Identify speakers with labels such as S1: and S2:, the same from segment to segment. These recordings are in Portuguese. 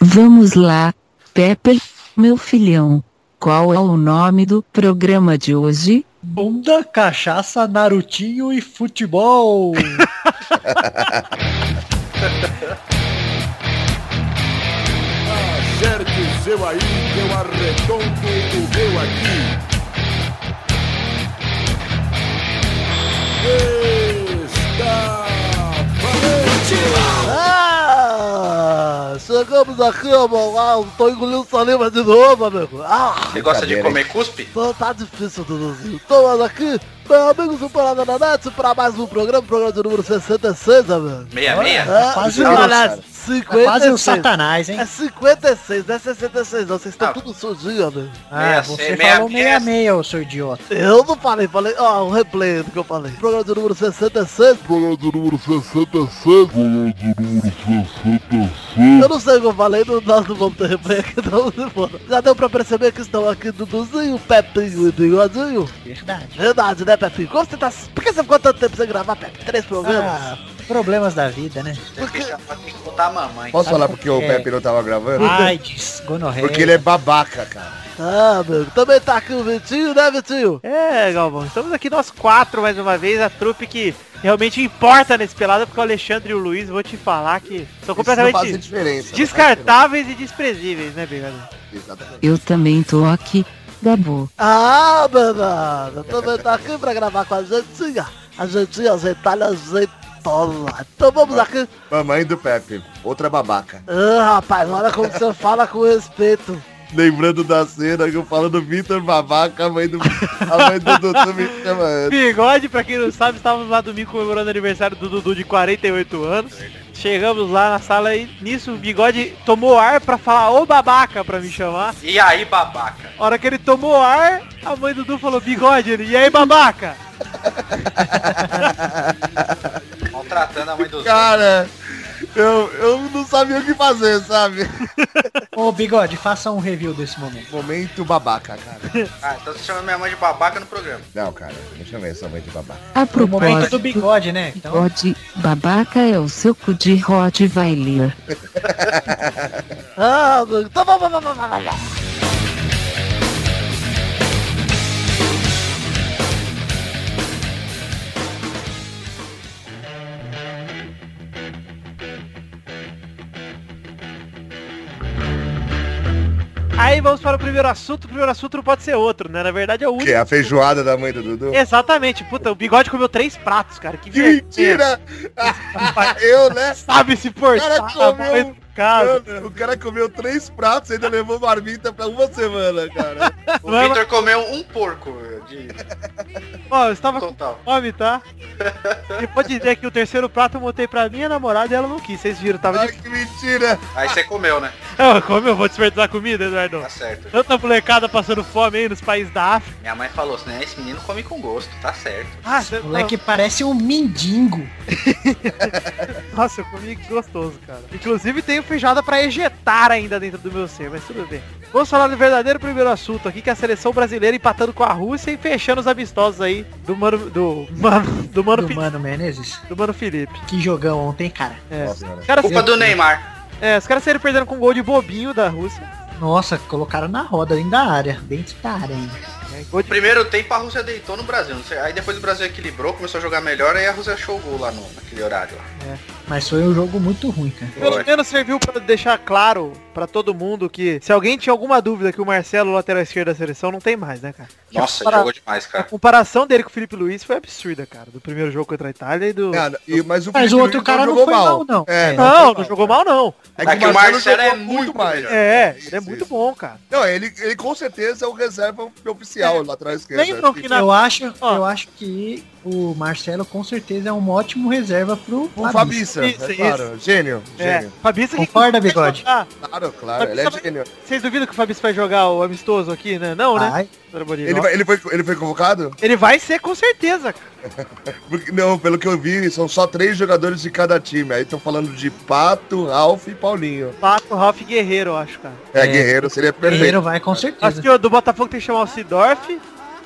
S1: Vamos lá, Pepper, meu filhão. Qual é o nome do programa de hoje?
S2: Bunda, cachaça, Narutinho e futebol.
S3: Acerte o seu aí, eu arredondo o meu aqui. Está valente!
S4: Ah, chegamos na cama, ah, eu tô engolindo saliva de novo, amigo. Ah,
S5: Você gosta de comer cuspe?
S4: só tá difícil, Duduzinho. Tomando aqui, meu amigo Superada na net, pra mais um programa, programa de número 66, amigo.
S5: Meia, meia?
S4: Ah,
S2: quase
S4: não,
S2: um-
S4: aliás,
S2: É quase um
S4: 56.
S2: satanás, hein?
S4: É 56, não é 66 não, vocês estão
S5: Ah.
S4: tudo sujinho, amigo.
S2: Ah,
S5: Meia,
S2: você
S5: meia,
S2: falou
S5: meia.
S2: meia-meia, ô seu idiota.
S4: Eu não falei, falei, ó, o replay do que eu falei. Programa de número 66,
S3: Falando do número 66. Falando do número 66.
S4: Eu não sei o que eu falei, não- nós não vamos ter replay aqui não, se foda. Já deu pra perceber que estão aqui Duduzinho, Pepinho e Bigodinho?
S2: Verdade.
S4: Verdade, né, Pepinho? Como você tá... Por que você ficou tanto tempo sem gravar, Pepe? Três
S6: Tá
S2: Ah,
S4: programas?
S2: problemas da vida, né?
S4: porque-
S5: Deixa pra tem que botar a mamãe.
S6: Posso falar porque o
S2: É.
S6: Pepe não tava gravando?
S2: AIDS, gonorreia.
S6: Porque ele é babaca, cara.
S4: Ah, meu, também tá aqui o Vitinho, né, Vitinho?
S7: É, Galvão, estamos aqui nós quatro mais uma vez, a trupe que realmente importa nesse pelado, porque o Alexandre e o Luiz, vou te falar que são
S6: Isso não faz
S7: completamente
S6: diferença. né, não
S7: descartáveis e desprezíveis, né, Bigode?
S6: faz diferença, exatamente.
S1: Eu também tô aqui, Gabo.
S4: Ah, Bernardo, também tá aqui pra gravar com a Gentinha. A Gentinha azeitalha azeitola. Então vamos aqui...
S6: Mamãe do Pepe, outra babaca.
S4: Ah, rapaz, olha como você fala com respeito.
S6: Lembrando da cena que eu falo do Vitor babaca, a mãe do, a mãe do Dudu me chama.
S7: Bigode, pra quem não sabe, estávamos lá domingo comemorando o aniversário do Dudu de 48 anos. Chegamos lá na sala e nisso o Bigode tomou ar pra falar ô babaca pra me chamar.
S5: E aí, babaca?
S7: A hora que ele tomou ar, a mãe do Dudu falou, Bigode, ele, e aí babaca?
S5: Maltratando a mãe dos outros.
S6: Cara, eu, eu não sabia o que fazer, sabe?
S2: Ô, Bigode, faça um review desse momento.
S6: Momento babaca, cara.
S5: Ah, então você chama minha mãe de babaca no programa.
S6: Não, cara, não chamei essa mãe de babaca.
S1: A
S2: O momento do
S1: propósito,
S2: Bigode, né? Então,
S1: bigode, babaca é o seu cu de Rottweiler.
S4: Ah, meu, então vamos, vamos, vamos, vamos.
S7: Aí vamos para o primeiro assunto, o primeiro assunto não pode ser outro, né? Na verdade é o único.
S6: Que é a feijoada da mãe do Dudu.
S7: Exatamente, puta, o bigode comeu três pratos, cara. Que
S6: Que
S7: vergonha.
S6: mentira! eu, né?
S7: Sabe se portar,
S6: O cara um comeu
S7: mas, cara.
S6: Mano, o cara comeu três pratos e ainda levou marmita pra uma semana, cara.
S5: O
S7: Vamos-
S5: Victor comeu um porco de
S7: Ó, eu estava com
S5: total.
S7: fome, tá? E pode dizer que o terceiro prato eu montei pra minha namorada e ela não quis, vocês viram, tava
S6: Ai,
S7: de...
S6: que mentira!
S5: Aí você comeu, né?
S7: Eu, como eu vou desperdiçar comida, Eduardo?
S5: Tá certo.
S7: Tanta molecada passando fome aí nos países da África.
S5: Minha mãe falou assim, né? Esse menino come com gosto, tá certo.
S7: Ah, você-
S2: moleque parece um mendigo.
S7: Nossa, eu comi gostoso, cara. Inclusive tenho feijada pra ejetar ainda dentro do meu ser, mas tudo bem. Vamos falar do verdadeiro primeiro assunto aqui, que é a seleção brasileira empatando com a Rússia e fechando os amistosos aí do mano do mano do mano
S2: Do
S7: Fi-
S2: Mano Menezes.
S7: do mano Felipe.
S2: Que jogão ontem, cara.
S7: É.
S6: Nossa, cara.
S7: Os caras,
S5: Culpa do Neymar.
S7: é, os caras saíram perdendo com um gol de bobinho da Rússia.
S2: Nossa, colocaram na roda, dentro da área. Dentro da área ainda.
S7: né? Gol de-
S5: Primeiro tempo a Rússia deitou no Brasil. não sei- Aí depois o Brasil equilibrou, começou a jogar melhor, aí a Rússia achou o gol lá no, naquele horário lá.
S2: Mas foi um jogo muito ruim, cara.
S7: Pelo menos serviu pra deixar claro pra todo mundo que se alguém tinha alguma dúvida que o Marcelo, lateral esquerdo da seleção, não tem mais, né, cara?
S5: Nossa,
S7: Para-
S5: jogou demais,
S7: A
S5: cara.
S7: comparação dele com o Felipe Luiz foi absurda, cara. Do primeiro jogo contra a Itália e do.
S6: Cara, e- mas o,
S2: Mas
S6: Felipe
S2: o outro
S6: Luiz
S2: cara não
S6: jogou
S2: foi mal, não.
S6: É,
S7: Não, não jogou mal não.
S6: É
S5: É que o Marcelo é
S6: jogou
S5: muito melhor.
S7: É,
S6: Isso,
S7: ele é muito
S6: isso.
S7: bom, cara.
S6: Não, ele, ele com certeza é o reserva
S2: É.
S6: oficial lá atrás. esquerda.
S7: Lembram que na...
S2: Eu acho,
S7: Ó.
S2: eu acho que o Marcelo com certeza é um ótimo reserva pro
S6: O
S2: Fabrício.
S6: Fabiça,
S7: Isso,
S6: é
S7: isso.
S6: claro. Gênio,
S7: É,
S6: gênio.
S7: Fabrício que...
S2: Concorda, bigode?
S7: Ah,
S6: Claro, claro, ele é
S7: Fabissa-
S6: gênio.
S7: vocês duvidam que o Fabrício vai jogar o amistoso aqui, né? Não, né?
S2: Vai.
S7: Doutora Bonilha?
S6: Ele, vai- ele, foi, ele foi convocado?
S7: Ele vai ser com certeza. cara.
S6: Porque- não, pelo que eu vi, são só três jogadores de cada time. Aí estão falando de Pato, Ralf e Paulinho.
S7: Pato, Ralf e Guerreiro, eu acho, cara.
S6: É,
S2: É.
S6: Guerreiro seria perfeito.
S2: Guerreiro vai com
S7: Acho
S2: certeza.
S7: que o do Botafogo tem que chamar o Sidorf,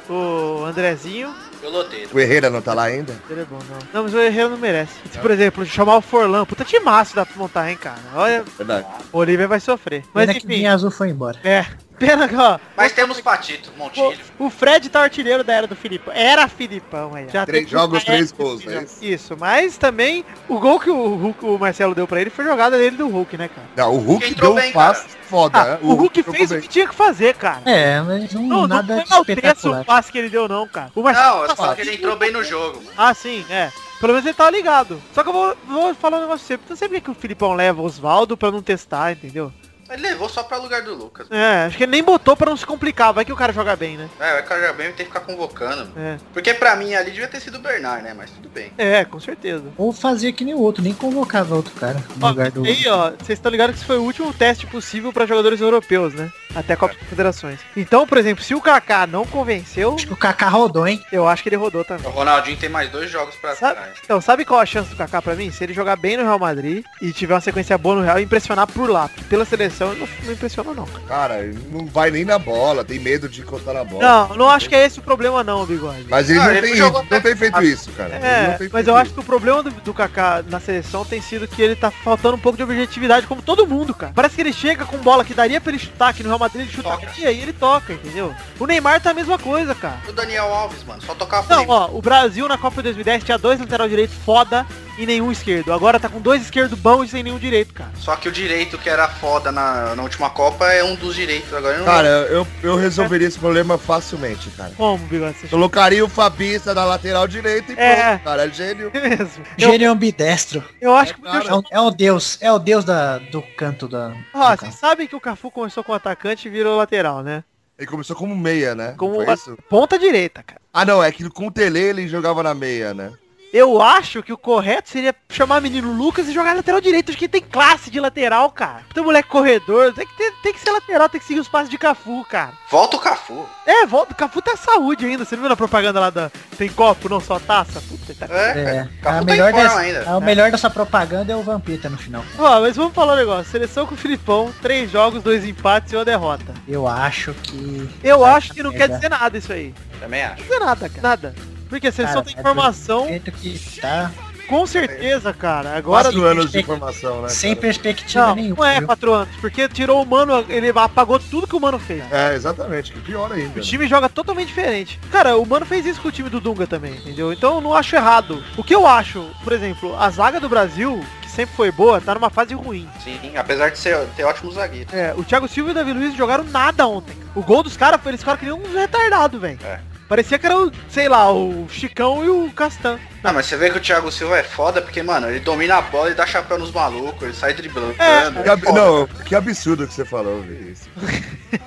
S7: o Andrezinho,
S5: Eu lotei.
S6: O Herrera não tá lá ainda?
S7: Ele é bom, não. Não, mas o Herrera não merece. Se, por exemplo, chamar o Forlan, puta timaço dá pra montar, hein, cara. Olha,
S6: Verdade.
S7: o Olivia vai sofrer. Mas
S2: Pena que o
S7: enfim,
S2: Linha Azul foi embora.
S7: é. Pena que, ó,
S5: Mas temos Patito, Montilho.
S7: o, o Fred tá artilheiro da era do Filipão. Era Filipão aí. ó. Já
S6: Três
S7: tem-
S6: jogos,
S7: já
S6: três
S7: é-
S6: gols,
S7: já-
S6: é
S7: isso. mas também o gol que o, Hulk- o Marcelo deu pra ele foi jogada dele do Hulk, né, cara?
S6: Não, o Hulk
S5: Quem entrou
S6: deu um
S5: bem,
S6: passe foda.
S7: Ah,
S6: né?
S7: o Hulk
S6: jogou
S7: fez o
S6: bem.
S7: que tinha que fazer, cara.
S2: É, mas não,
S7: Não,
S2: nada
S7: não
S2: de
S7: foi maltreço o
S2: espetacular.
S7: passe que ele deu, não, cara. O Marcelo
S5: Não, é só que ele entrou bem no jogo. mano.
S7: Ah, sim, é. Pelo menos ele tava ligado. Só que eu vou, vou falar um negócio pra você. Não sei porque que o Filipão leva o Osvaldo pra não testar, entendeu?
S5: Ele levou só pra lugar do Lucas.
S7: É, acho que ele nem botou pra não se complicar. Vai que o cara joga bem, né?
S5: É, vai carregar bem, tem que ficar convocando. mano.
S7: É,
S5: Porque pra mim ali devia ter sido o Bernard, né? Mas tudo bem.
S7: é com certeza.
S2: Ou fazia que nem o outro, nem convocava outro cara no
S7: Ó,
S2: lugar do
S7: Aí, ó, vocês estão ligados que isso foi o último teste possível pra jogadores europeus, né? Até a
S2: É.
S7: Copa das Confederações. Então, por exemplo, se o Kaká não convenceu,
S2: Acho que o Kaká rodou, hein?
S7: eu acho que ele rodou também.
S5: O Ronaldinho tem mais dois jogos
S2: Tá
S5: pra
S7: Sabe,
S5: trás.
S7: então, sabe qual a chance do Kaká pra mim? Se ele jogar bem no Real Madrid e tiver uma sequência boa no Real, impressionar por lá. Porque Pela seleção, ele não, não impressiona, não.
S6: Cara, ele não vai nem na bola, tem medo de encontrar na bola.
S7: Não, não acho que é esse o problema não, Bigode.
S6: Mas ele,
S5: Ah,
S6: não,
S5: ele
S6: tem,
S5: jogou
S6: não tem feito isso, cara. Ele não
S7: É,
S6: tem
S7: mas
S6: feito
S7: eu acho
S6: isso.
S7: que o problema do, do Kaká na seleção tem sido que ele tá faltando um pouco de objetividade, como todo mundo, cara. Parece que ele chega com bola que daria pra ele chutar, que no Real Madrid ele chuta
S5: Toca.
S7: aqui, aí ele toca, entendeu? O Neymar tá a mesma coisa, cara.
S5: O Daniel Alves, mano, só tocava
S7: Não,
S5: pro
S7: ó, o Brasil na Copa de 2010 tinha dois lateral direito foda e nenhum esquerdo. Agora tá com dois esquerdo bons e sem nenhum direito, cara.
S5: Só que o direito que era foda na, na última Copa é um dos direitos. Agora eu não
S6: Cara, eu, eu resolveria esse problema facilmente, cara.
S7: Como, Bigode? Você
S6: Colocaria o Fabista na lateral direita e
S7: É.
S6: pronto, cara. É gênio.
S7: acha mesmo? Eu,
S2: Gênio ambidestro.
S7: eu acho que
S6: É, cara,
S2: É o, é o deus, é o deus da, do canto da.
S7: Ó,
S2: do
S7: vocês
S2: campo.
S7: sabem que o Cafu começou com atacante e virou lateral, né?
S6: Ele começou como meia, né?
S7: Como
S6: Não foi
S7: uma-
S6: isso?
S7: Ponta direita, cara.
S6: Ah, não, é que com o Tele ele jogava na meia, né?
S7: Eu acho que o correto seria chamar menino Lucas e jogar lateral direito. Acho que tem classe de lateral, cara. Tem moleque corredor, tem que, ter- tem que ser lateral, tem que seguir os passos de Cafu, cara.
S5: Volta o Cafu.
S7: É, volta, o Cafu tá saúde ainda. Você não viu na propaganda lá da tem copo, não só taça? Puta, tá...
S5: É,
S2: É,
S5: Cafu
S2: a
S5: tá
S2: melhor
S5: em forma
S2: dessa,
S5: ainda.
S2: a- o melhor dessa propaganda é o Vampeta no final.
S7: Ó, mas vamos falar um negócio. Seleção com o Filipão, três jogos, dois empates e uma derrota.
S2: Eu acho que.
S7: Eu acho que não quer
S2: merda.
S7: dizer nada isso aí.
S5: também acho.
S7: Não quer dizer nada, cara. Nada. Porque a seleção
S2: Cara,
S7: tem
S2: é
S7: informação,
S2: Do jeito que tá.
S7: com certeza, cara. Agora
S6: Quatro anos de formação, né?
S2: Sem
S6: cara?
S2: perspectiva
S7: não,
S2: nenhuma.
S7: não é
S2: viu?
S7: quatro anos, porque tirou o mano, ele apagou tudo que o mano fez.
S6: É, exatamente. Que pior ainda.
S7: O
S6: né?
S7: time joga totalmente diferente. Cara, o Mano fez isso com o time do Dunga também, entendeu? Então eu não acho errado. O que eu acho, por exemplo, a zaga do Brasil, que sempre foi boa, tá numa fase ruim.
S5: Sim, apesar de ser, ter ótimo zagueiro.
S7: É, o Thiago Silva e o Davi Luiz jogaram nada ontem. O gol dos caras foi eles ficaram que nem uns retardados, velho.
S5: É.
S7: Parecia que era o, sei lá, o Chicão e o Castan.
S5: Não, Ah, mas você vê que o Thiago Silva é foda porque, mano, ele domina a bola, ele dá chapéu nos malucos, ele sai driblando.
S7: É,
S6: Que ab- Não, que absurdo que você falou, Vinícius.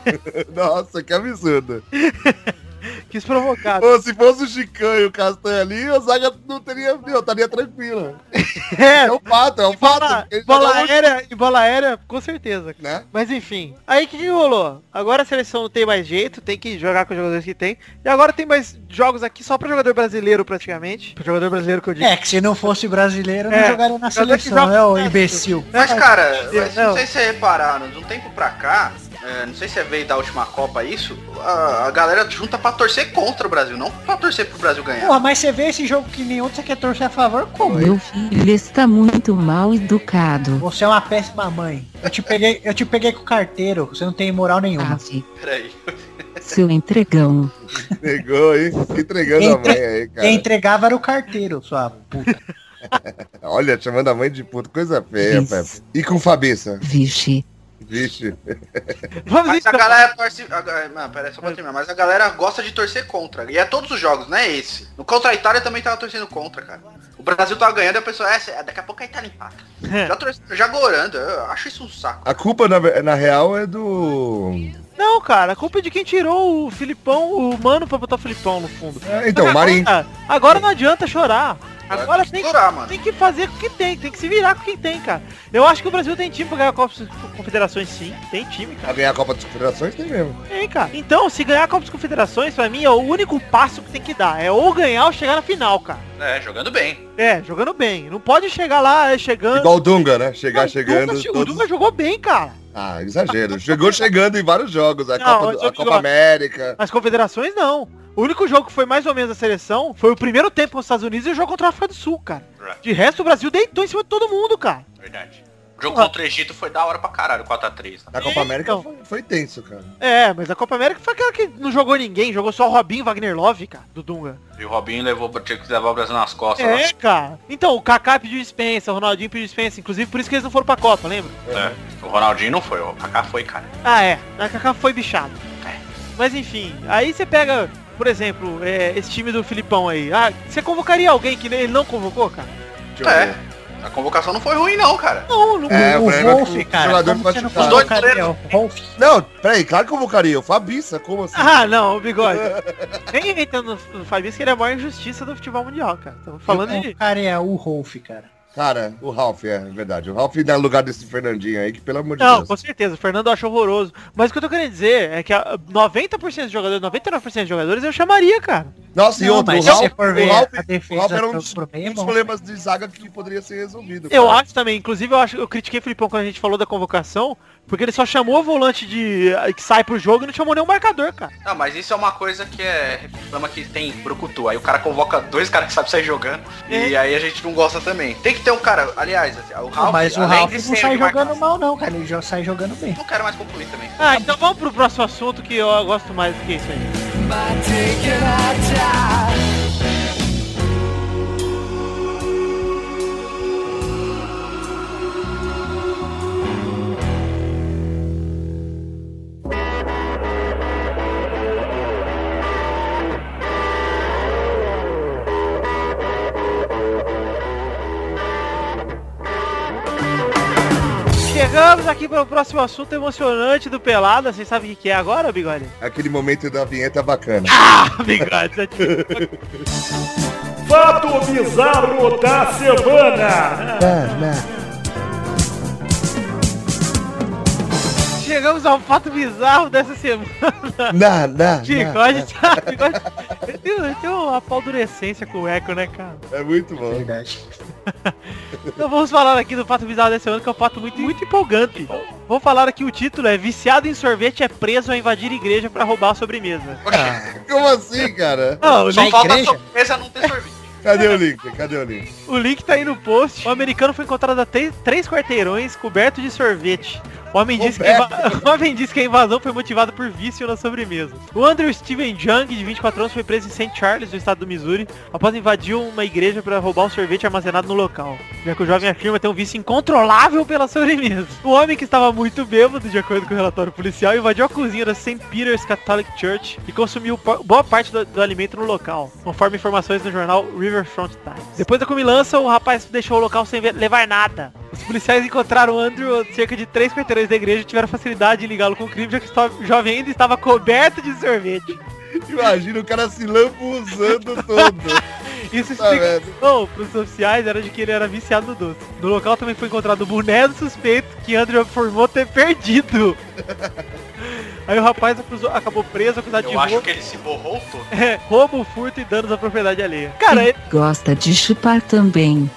S6: Nossa, que absurdo.
S7: Quis provocar.
S6: Pô, se fosse o Chicão e o Castanho ali, a zaga não teria, não, estaria tranquila.
S7: é,
S6: É um fato, é um
S7: e bola,
S6: fato. Ele
S7: bola
S6: jogava muito,
S7: aérea, e bola aérea, com certeza.
S6: né?
S7: Mas enfim, aí o que, que rolou? Agora a seleção não tem mais jeito, tem que jogar com os jogadores que tem. E agora tem mais jogos aqui só pra jogador brasileiro praticamente. Pra jogador brasileiro que eu digo.
S2: É, que se não fosse brasileiro, não
S7: É,
S2: jogaria na
S7: jogador que
S2: seleção,
S7: joga-
S2: né, ô imbecil?
S5: Mas, cara,
S7: Deus,
S5: mas
S7: não.
S5: não sei se vocês repararam, de um tempo pra cá, é, não sei se veio da última Copa isso, a, a galera junta pra torcer contra o Brasil, não pra torcer pro Brasil ganhar.
S2: Porra, mas você vê esse jogo que nenhum você quer torcer a favor, como?
S1: Meu filho está muito mal educado.
S2: Você é uma péssima mãe. Eu te peguei, eu te peguei com o carteiro, você não tem moral nenhuma.
S1: Ave,
S5: Peraí.
S1: seu entregão.
S6: Entregou, hein? Entregando a mãe aí,
S2: Quem
S6: cara.
S2: entregava era o carteiro, sua puta.
S6: Olha, chamando a mãe de puto, coisa feia,
S1: Isso.
S6: Pepe. E com Fabiça?
S1: Vixe,
S6: Vixe.
S7: Vamos
S5: Mas a
S7: então.
S5: galera torce. a ga- Não, peraí, só pra terminar. Mas a galera gosta de torcer contra. E é todos os jogos, não é esse. No contra a Itália também tava torcendo contra, cara. O Brasil tava ganhando e a pessoa, é, cê- daqui a pouco a Itália empata.
S7: É.
S5: Já, torce, já gorando, eu acho isso um saco.
S6: A culpa, na, ve- na real, é do...
S7: Não, cara, a culpa é de quem tirou o Filipão, o mano pra botar o Filipão no fundo.
S6: É, então,
S7: Mas
S6: Marinho.
S7: Agora, agora não adianta chorar. Agora tem que,
S5: Estourar, mano.
S7: tem que fazer com o que tem, tem que se virar com quem tem, cara. Eu acho que o Brasil tem time pra ganhar a Copa das Confederações sim, tem time, cara.
S6: Pra ganhar a Copa das Confederações tem mesmo.
S7: Tem, cara. Então, se ganhar a Copa das Confederações, pra mim, é o único passo que tem que dar. É ou ganhar ou chegar na final, cara.
S5: É, jogando bem.
S7: É, jogando bem. Não pode chegar lá é, chegando.
S6: Igual o Dunga, né? Chegar
S7: Não, Ah, o
S6: chegando.
S7: Dunga che- O
S6: todos-
S7: Dunga jogou bem, cara.
S6: Ah, exagero. Chegou chegando em vários jogos. A,
S7: Não,
S6: Copa,
S7: mas
S6: do-
S7: eu
S6: a Copa
S7: digo-
S6: América.
S7: As confederações não. O único jogo que foi mais ou menos a seleção foi o primeiro tempo com os Estados Unidos e o jogo contra a África do Sul, cara. De resto, o Brasil deitou em cima de todo mundo, cara.
S5: Verdade. O jogo
S7: Porra.
S5: contra o Egito foi da hora pra caralho, 4x3.
S6: Na Copa América
S7: Então.
S6: foi, foi tenso, cara.
S7: É, mas a Copa América foi aquela que não jogou ninguém, jogou só o Robinho Wagner Love, cara, do Dunga.
S5: E o Robinho levou, tinha que levar o Brasil nas costas. né?
S7: É, cara. Então, o Kaká pediu dispensa, o Ronaldinho pediu dispensa, inclusive por isso que eles não foram pra Copa, lembra?
S5: É. O Ronaldinho não foi, o Kaká foi, cara.
S7: Ah, é. A Kaká foi bichado. Mas enfim, aí você pega, por exemplo, é, esse time do Filipão aí. Ah, você convocaria alguém que ele não convocou, cara?
S6: Deixa eu
S5: É.
S6: ver.
S5: A convocação não foi ruim não, cara.
S7: Não, não.
S6: É, o
S2: o
S6: problema é que
S2: Wolf,
S6: o
S2: cara.
S6: jogador
S2: como
S6: pode
S2: você não
S6: chutar.
S2: colocaria o Wolf?
S6: Não, peraí, claro que eu convocaria. O Fabiça, como assim?
S7: Ah, não, o bigode. Nem entrando no no Fabinho, que ele é a maior injustiça do futebol mundial, cara. Tamo falando
S2: Eu
S7: de...
S2: colocaria o Wolf, cara.
S6: Cara, o Ralf, é, é verdade. O Ralf dá lugar desse Fernandinho aí, que pelo amor de
S7: Não,
S6: Deus.
S7: com certeza, o Fernando acha horroroso. Mas o que eu tô querendo dizer é que a- 90% dos jogadores, 99% dos jogadores eu chamaria, cara.
S6: Nossa, e
S2: Não,
S6: outro, o
S2: mas
S6: Ralf,
S2: se você for
S6: o
S2: ver
S6: Ralf,
S2: a
S6: o Ralf
S2: defesa
S6: era um
S2: do
S6: dos,
S2: Pro Bay,
S6: um
S2: é
S6: dos
S2: bom.
S6: problemas de zaga que poderia ser resolvido.
S7: Eu
S6: cara.
S7: acho também, inclusive eu acho, eu critiquei o Filipão quando a gente falou da convocação, porque ele só chamou o volante de que sai pro jogo e não chamou nenhum marcador, cara.
S5: Não, mas isso é uma coisa que é reclama que tem brucutu. Aí o cara convoca dois caras que sabem sair jogando.
S6: É.
S5: E aí a gente não gosta também. Tem que ter um cara, aliás, assim, o Ralf,
S2: mas o
S5: além
S2: Ralf
S5: de
S2: não
S5: ser
S2: sai
S5: de marcação,
S2: jogando mal, não, cara. Ele já sai jogando bem.
S5: Não quero mais concluir também.
S7: Ah, então vamos pro próximo assunto que eu gosto mais do que isso aí. Chegamos aqui para o próximo assunto emocionante do Pelada. Vocês sabem o que que é agora, Bigode?
S6: Aquele momento da vinheta é bacana.
S7: Ah, Bigode, você te-
S8: Fato bizarro da semana.
S7: chegamos ao fato bizarro dessa semana.
S6: Não, não,
S7: Bigode, tá? Bigode... Eu tenho- eu tenho uma paldurecência com o Eco, né, cara?
S6: não. É muito bom.
S2: Verdade.
S7: Então vamos falar aqui do fato bizarro dessa semana, que é um fato muito, muito empolgante. Vou falar aqui, o título é Viciado em sorvete é preso a invadir igreja para roubar a sobremesa.
S5: Oxi,
S6: Como assim, cara?
S7: Não, o
S5: só
S2: na
S7: link,
S5: falta a
S2: igreja?
S5: surpresa não ter sorvete.
S6: Cadê o link? Cadê o link?
S7: o link tá aí no post. O americano foi encontrado a te- três quarteirões coberto de sorvete. O homem, disse que a inva- o homem disse que a invasão foi motivada por vício na sobremesa. O Andrew Steven Young, de 24 anos, foi preso em St. Charles, no estado do Missouri, após invadir uma igreja para roubar um sorvete armazenado no local, já que o jovem afirma ter um vício incontrolável pela sobremesa. O homem que estava muito bêbado, de acordo com o relatório policial, invadiu a cozinha da St. Peter's Catholic Church e consumiu po- boa parte do, do alimento no local, conforme informações no jornal Riverfront Times. Depois da comilança, o rapaz deixou o local sem ve- levar nada. Os policiais encontraram o Andrew a cerca de 3 quarteirões da igreja e tiveram facilidade em ligá-lo com o crime, já que o jovem ainda estava coberto de sorvete.
S6: Imagina o cara se lambuzando todo.
S7: Isso
S6: Tá
S7: explica
S6: vendo?
S7: Bom, pros oficiais era de que ele era viciado no doce. No local também foi encontrado o boné do suspeito que Andrew informou ter perdido. Aí o rapaz acusou- acabou preso,
S6: Tá
S7: acusado de
S5: Eu acho
S7: roubo,
S5: que ele se borrou todo.
S7: é, roubo, furto e danos à propriedade alheia.
S5: Hum.
S7: Cara, ele-
S1: Gosta de chupar também.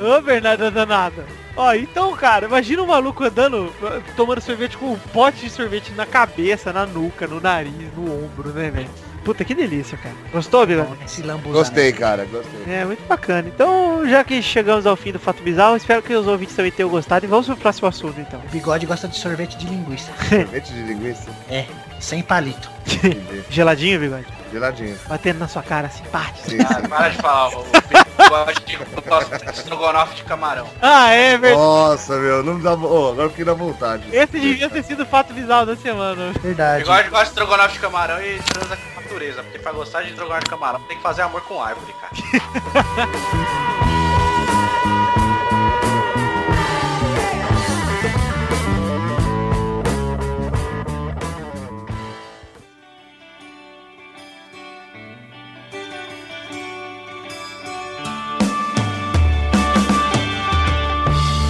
S7: é- ô Bernardo danada. Ó, então, cara, imagina um maluco andando, eh, tomando sorvete com um pote de sorvete na cabeça, na nuca, no nariz, no ombro, né, velho? Puta, que delícia, cara. Gostou, Bilal?
S2: Bom, né? Esse lambuzão.
S6: Gostei, cara, gostei.
S7: É, muito bacana. Então, já que chegamos ao fim do Fato Bizarro, espero que os ouvintes também tenham gostado e vamos pro próximo assunto, então.
S2: O bigode gosta de sorvete de linguiça.
S6: Sorvete de linguiça.
S2: Sem palito.
S6: Entendi.
S7: Geladinho, Bigode?
S6: Geladinho.
S7: Batendo na sua cara, assim, parte.
S6: Sim,
S5: Ah,
S6: sim.
S5: para de falar, o bigode que gosta de estrogonofe de camarão.
S7: Ah, é, verdade.
S6: Nossa, meu, não dá. Ô, agora eu fiquei na vontade.
S7: Esse devia ter sido o Fato Bizarro da semana.
S5: O
S2: Verdade.
S5: bigode gosta de estrogonofe de camarão e transa com a natureza. Porque pra gostar de estrogonofe de camarão tem que fazer amor com árvore, cara.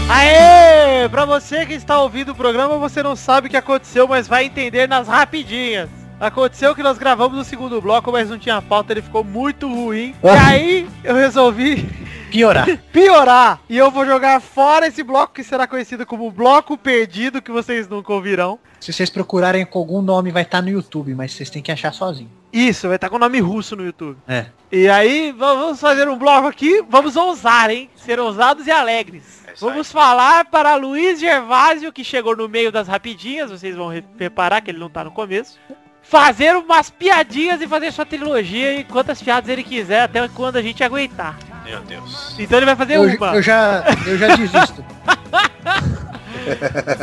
S7: Aê! Pra você que está ouvindo o programa, você não sabe o que aconteceu, mas vai entender nas rapidinhas. Aconteceu que nós gravamos o segundo bloco, mas não tinha pauta, ele ficou muito ruim. E aí, eu resolvi
S2: piorar.
S7: piorar. E eu vou jogar fora esse bloco que será conhecido como bloco perdido, que vocês nunca ouvirão.
S2: Se vocês procurarem com algum nome, vai estar no YouTube, mas vocês têm que achar sozinho.
S7: Isso, vai estar com o nome russo no YouTube.
S2: É.
S7: E aí, va- vamos fazer um bloco aqui, vamos ousar, hein? Ser ousados e alegres.
S5: É isso
S7: Vamos falar para Luiz Gervásio, que chegou no meio das rapidinhas, vocês vão re- reparar que ele não tá no começo. Fazer umas piadinhas e fazer sua trilogia e quantas piadas ele quiser, até quando a gente aguentar.
S5: Meu Deus.
S7: Então ele vai fazer
S2: Eu,
S7: uma.
S2: eu já, eu já desisto.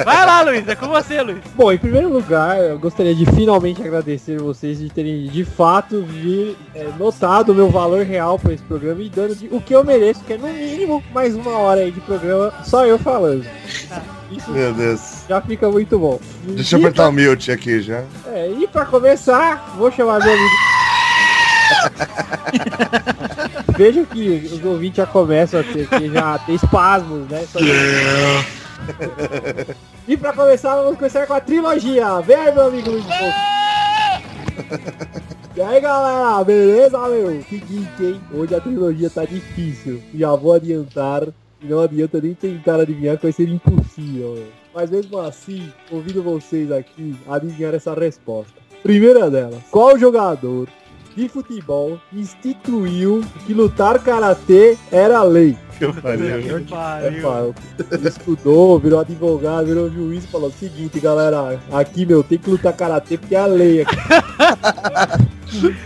S7: Vai lá, Luiz, é com você, Luiz.
S9: Bom, em primeiro lugar, eu gostaria de finalmente agradecer vocês de terem de fato vi, é, notado o meu valor real para esse programa e dando de- o que eu mereço, que é no mínimo mais uma hora aí de programa só eu falando. Isso
S6: Meu Deus.
S9: já fica muito bom.
S6: Deixa eu
S9: E
S6: apertar o mute aqui já.
S9: pra- é, e para começar, vou chamar meu amigo. Vejo que os ouvintes já começam a ter, que já ter espasmos, né? Só- E pra começar, vamos começar com a trilogia. Vem aí, meu amigo Luiz Fonso. E aí galera, beleza meu? Seguinte, hein? Hoje a trilogia tá difícil. Já vou adiantar. E não adianta nem tentar adivinhar que vai ser impossível. meu. Mas mesmo assim, convido vocês aqui a adivinhar essa resposta. Primeira delas, qual jogador de futebol instituiu que lutar karatê era lei?
S6: Que pariu.
S9: É, pá, estudou, virou advogado, virou juiz e falou o seguinte, galera, aqui, meu, tem que lutar karatê porque é a lei aqui.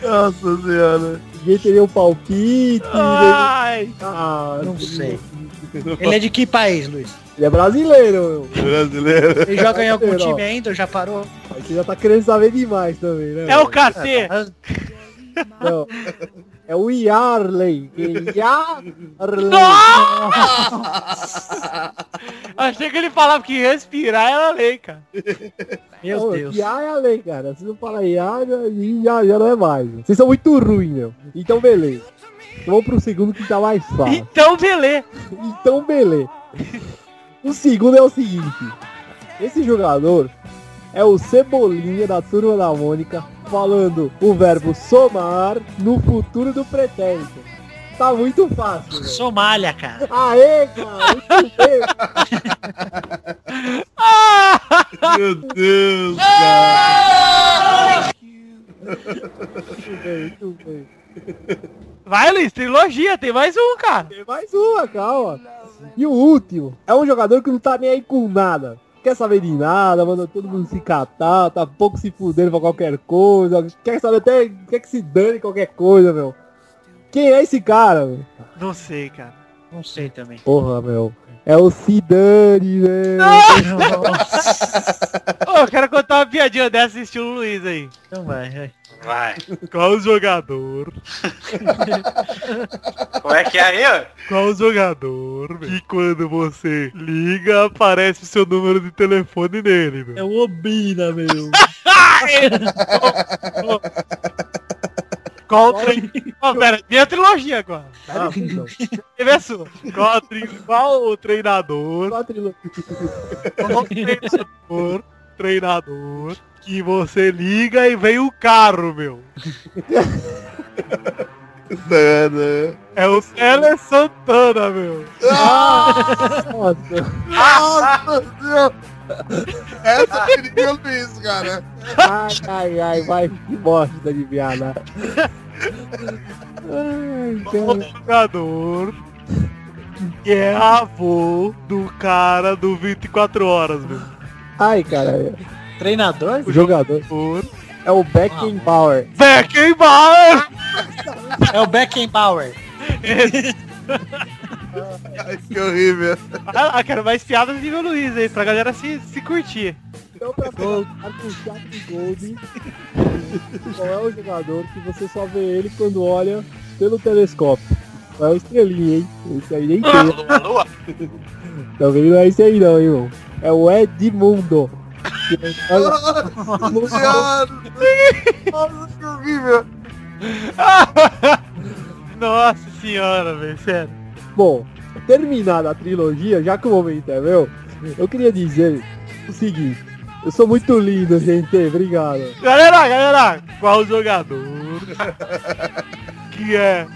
S6: Nossa senhora.
S9: Ninguém teria um palpite. ninguém-
S7: Ai,
S9: Ah,
S2: Não sei. Ele é de que país, Luiz?
S9: Ele é brasileiro, meu.
S6: Brasileiro.
S2: Ele joga em algum
S9: Brasileiro, ó.
S2: time ainda? ou Já parou?
S9: Aí você já tá querendo saber demais também, né?
S7: é o KT.
S9: Não. É o Yarley. é Yarley.
S7: Achei que ele falava que respirar era lei, cara.
S2: Meu Deus.
S9: Iá é a lei, cara. Se não falar Iá, já, já não é mais. Vocês são muito ruins, meu. Então, beleza. Então, vamos pro segundo que tá mais fácil.
S7: Então, beleza.
S9: Então, beleza. O segundo é o seguinte. Esse jogador é o Cebolinha da Turma da Mônica falando o verbo somar no futuro do pretérito. Tá muito fácil. velho.
S2: Somália, cara.
S9: Aê, cara! Muito bem.
S7: Ah!
S6: Meu Deus, cara.
S9: Muito bem, muito bem.
S7: Vai, Luiz, trilogia, tem mais um, cara.
S9: Tem mais uma, calma. E o último é um jogador que não tá nem aí com nada. Quer saber de nada, manda todo mundo se catar, tá pouco se fudendo pra qualquer coisa. Quer saber até. Quer que se dane qualquer coisa, meu. Quem é esse cara, meu?
S7: Não sei, cara.
S2: Não sei também.
S9: Porra, meu. É o né? Sidane, velho.
S7: Ô, eu quero contar uma piadinha dessa estilo Luiz aí.
S2: Então vai, vai.
S5: Vai.
S7: Qual jogador?
S5: Como é que é aí, ó?
S7: Qual jogador? Que quando você liga, aparece o seu número de telefone nele, meu.
S2: É o Obina, meu.
S7: Qual tri... Ó, pera, minha trilogia agora.
S9: Ah, perdão.
S7: Teve a sua. Qual, tri... Qual o treinador?
S9: Só a trilogia.
S7: Qual treinador? Treinador. Que você liga e vem o carro, meu.
S6: Santana.
S7: É o Tele Santana, meu.
S9: Nossa.
S5: Ah, tá.
S6: Nossa senhora. Essa que ninguém fez, cara.
S9: Ai, ai, ai, vai. Que bosta de piada. Ai,
S7: O
S9: cara.
S7: jogador que é avô do cara do 24 horas, meu.
S9: Ai, cara.
S2: Treinador?
S9: O jogador
S7: Por
S9: é o Beckenbauer.
S7: Beckenbauer!
S2: É o Beckenbauer.
S6: Ai, que horrível.
S7: Ah, quero mais piadas nível Luiz aí, pra galera se, se curtir.
S9: Então, pra começar com o Jack Gold, qual é o jogador que você só vê ele quando olha pelo telescópio? Não é o estrelinha, hein? Esse aí nem tem.
S5: Lua, lua.
S9: Também não é esse aí não, hein, irmão. É o Edmundo. Olha,
S6: Nossa senhora. Nossa, que horrível.
S7: Nossa senhora, velho, sério.
S9: Bom, terminada a trilogia, já que o momento é meu, eu queria dizer o seguinte. Eu sou muito lindo, gente. Obrigado.
S7: Galera, galera, qual jogador que é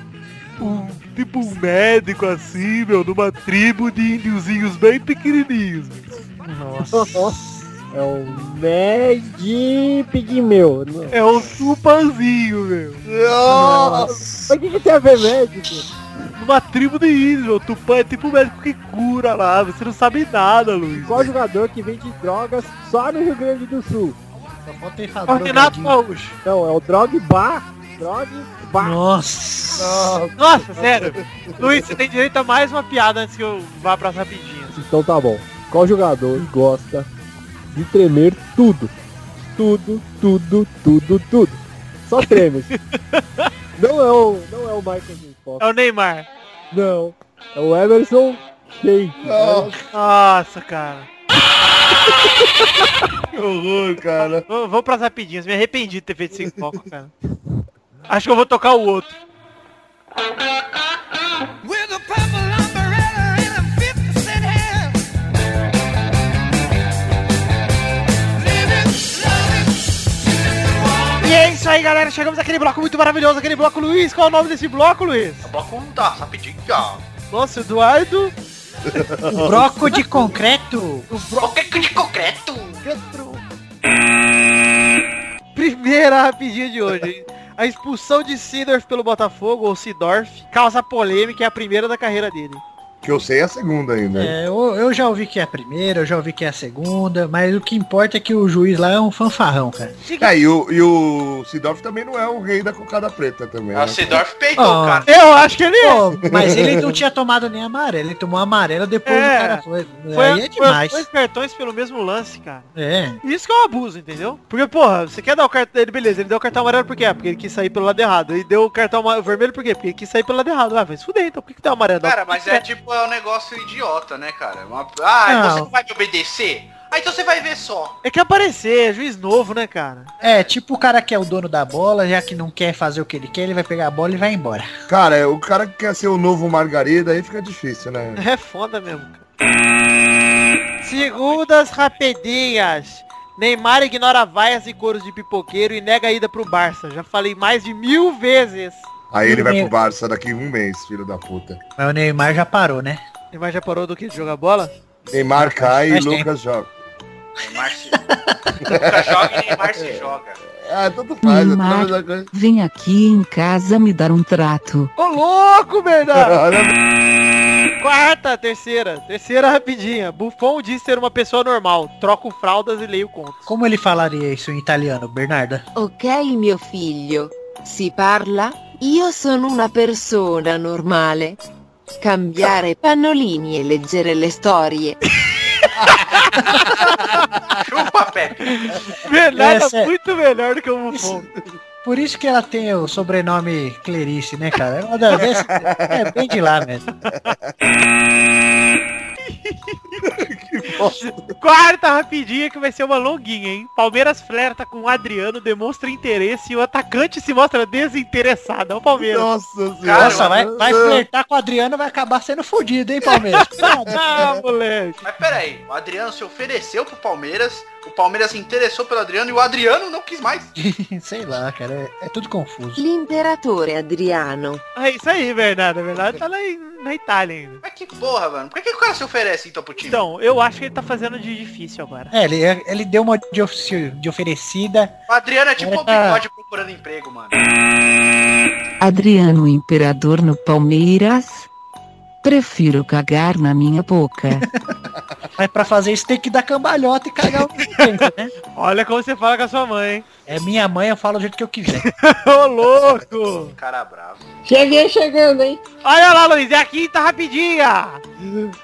S7: um tipo um médico assim, meu, numa tribo de índiozinhos bem pequenininhos. meu.
S9: É o Ned Pigmeu. Não.
S7: É um tupanzinho, meu.
S9: Mas o que, que tem a ver médico?
S7: Numa tribo de índios, meu. Tupã é tipo um médico que cura lá, você não sabe nada, Luiz.
S9: Qual jogador que vende drogas só no Rio Grande do Sul?
S2: Só falta errar
S7: É o Renato
S2: drogadinho.
S7: Gaúcho.
S9: Não, é o Drogba. Drogba.
S2: Nossa.
S7: Nossa, sério. Luiz, você tem direito a mais uma piada antes que eu vá pras rapidinhas.
S9: Então tá bom. Qual jogador gosta de tremer tudo? Tudo, tudo, tudo, tudo. Só treme. não, é o, não é o Michael J. Fox.
S7: É o Neymar.
S9: Não. É o Emerson Sheik.
S6: Não,
S7: Nossa, cara.
S6: que horror, cara.
S7: Vou, vou pras rapidinhas. Me arrependi de ter feito sem foco, cara. Acho que eu vou tocar o outro. E é isso aí, galera. Chegamos àquele bloco muito maravilhoso, aquele bloco Luiz. Qual é o nome desse bloco, Luiz?
S5: Bloco não tá, rapidinho, ó.
S7: Nossa, Eduardo.
S2: O broco de concreto.
S5: O bloco é de concreto.
S7: Primeira rapidinha de hoje. A expulsão de Sidorf pelo Botafogo, ou Sidorf, causa polêmica e é a primeira da carreira dele.
S6: Que eu sei é a segunda ainda.
S2: É, eu, eu já ouvi que é a primeira, eu já ouvi que é a segunda, mas o que importa é que o juiz lá é um fanfarrão, cara.
S6: Ah, e o, e o Sidorf também não é o rei da cocada preta também.
S5: Ah,
S6: né?
S5: O Sidorf peitou,
S2: Ó.
S5: cara.
S7: Eu acho que ele é.
S2: Pô, mas ele não tinha tomado nem amarelo, ele tomou amarelo depois
S7: É.
S2: o cara foi. aí é
S7: Foi, foi
S2: demais.
S7: dois cartões pelo mesmo lance, cara.
S2: É.
S7: Isso que é um abuso, entendeu? Porque, porra, você quer dar o cartão dele, beleza, ele deu o cartão amarelo por quê? Ah, Porque ele quis sair pelo lado errado. Ele deu o cartão ama- vermelho por quê? Porque ele quis sair pelo lado errado. Ah, vai se fuder, então por que, que deu amarelo?
S5: Cara, mas é tipo, é um negócio idiota, né, cara? Uma... Ah,
S2: Não.
S5: você não vai me obedecer? Ah, então você vai ver só.
S7: É que aparecer, é juiz novo, né, cara?
S2: É, tipo o cara que é o dono da bola, já que não quer fazer o que ele quer, ele vai pegar a bola e vai embora.
S6: Cara, é, o cara que quer ser o novo Margarida, aí fica difícil, né?
S7: É foda mesmo, cara. Segundas rapidinhas. Neymar ignora vaias e coros de pipoqueiro e nega a ida pro Barça. Já falei mais de mil vezes.
S6: Aí ele vai
S2: Tudo
S6: pro Barça daqui um mês, filho da puta.
S2: Mas o Neymar já parou, né?
S7: Neymar já parou do que? De jogar bola?
S6: Neymar cai e
S2: Faz tempo.
S6: Lucas joga.
S5: Neymar se... Nunca joga e Neymar se joga.
S6: Ah, tanto faz, é tudo a
S1: Neymar.
S6: mesma coisa.
S1: Vem aqui em casa me dar um trato.
S7: Ô louco, Bernardo!
S6: Olha,
S7: Quarta, terceira. Terceira rapidinha. Buffon diz ser uma pessoa normal. Troco fraldas e leio contos.
S2: Como ele falaria isso em italiano, Bernarda?
S10: Ok mio figlio, si parla, io sono una persona normale. Cambiare pannolini e leggere le storie.
S5: Chupa, Pepe.
S7: Bernardo
S2: Essa
S7: é
S2: é-
S7: muito melhor do que o Buffon.
S2: Por isso que ela tem o sobrenome Clarice, né, cara? É uma das vezes- É bem de lá mesmo.
S7: Quarta rapidinha que vai ser uma longuinha, hein? Palmeiras flerta com o Adriano, demonstra interesse e o atacante se mostra desinteressado. Olha o Palmeiras.
S6: Nossa senhora.
S2: Nossa, vai, vai flertar com o Adriano vai acabar sendo fudido, hein, Palmeiras?
S7: ah, moleque.
S5: Mas peraí, o Adriano se ofereceu pro Palmeiras, o Palmeiras se interessou pelo Adriano e o Adriano não quis mais.
S2: Sei lá, cara, é, é tudo confuso.
S10: L'imperatore Adriano.
S7: É isso aí, Bernardo. Bernardo tá lá em- na Itália ainda.
S5: Mas que porra, mano. Por que, que o cara se oferece então pro time?
S7: Então, eu acho que ele tá fazendo de difícil agora.
S2: É, ele, ele deu uma de, ofici- de oferecida.
S5: O Adriano é tipo
S2: Era-
S5: o bigode procurando emprego, mano.
S1: Adriano Imperador no Palmeiras? Prefiro cagar na minha boca.
S2: Mas pra fazer isso tem que dar cambalhota e cagar o mesmo tempo, né?
S7: Olha como você fala com a sua mãe, hein?
S2: É minha mãe, eu falo do jeito que eu quiser.
S7: Ô, louco!
S5: Cara bravo.
S10: Cheguei chegando, hein?
S7: Olha lá, Luiz, é a quinta rapidinha!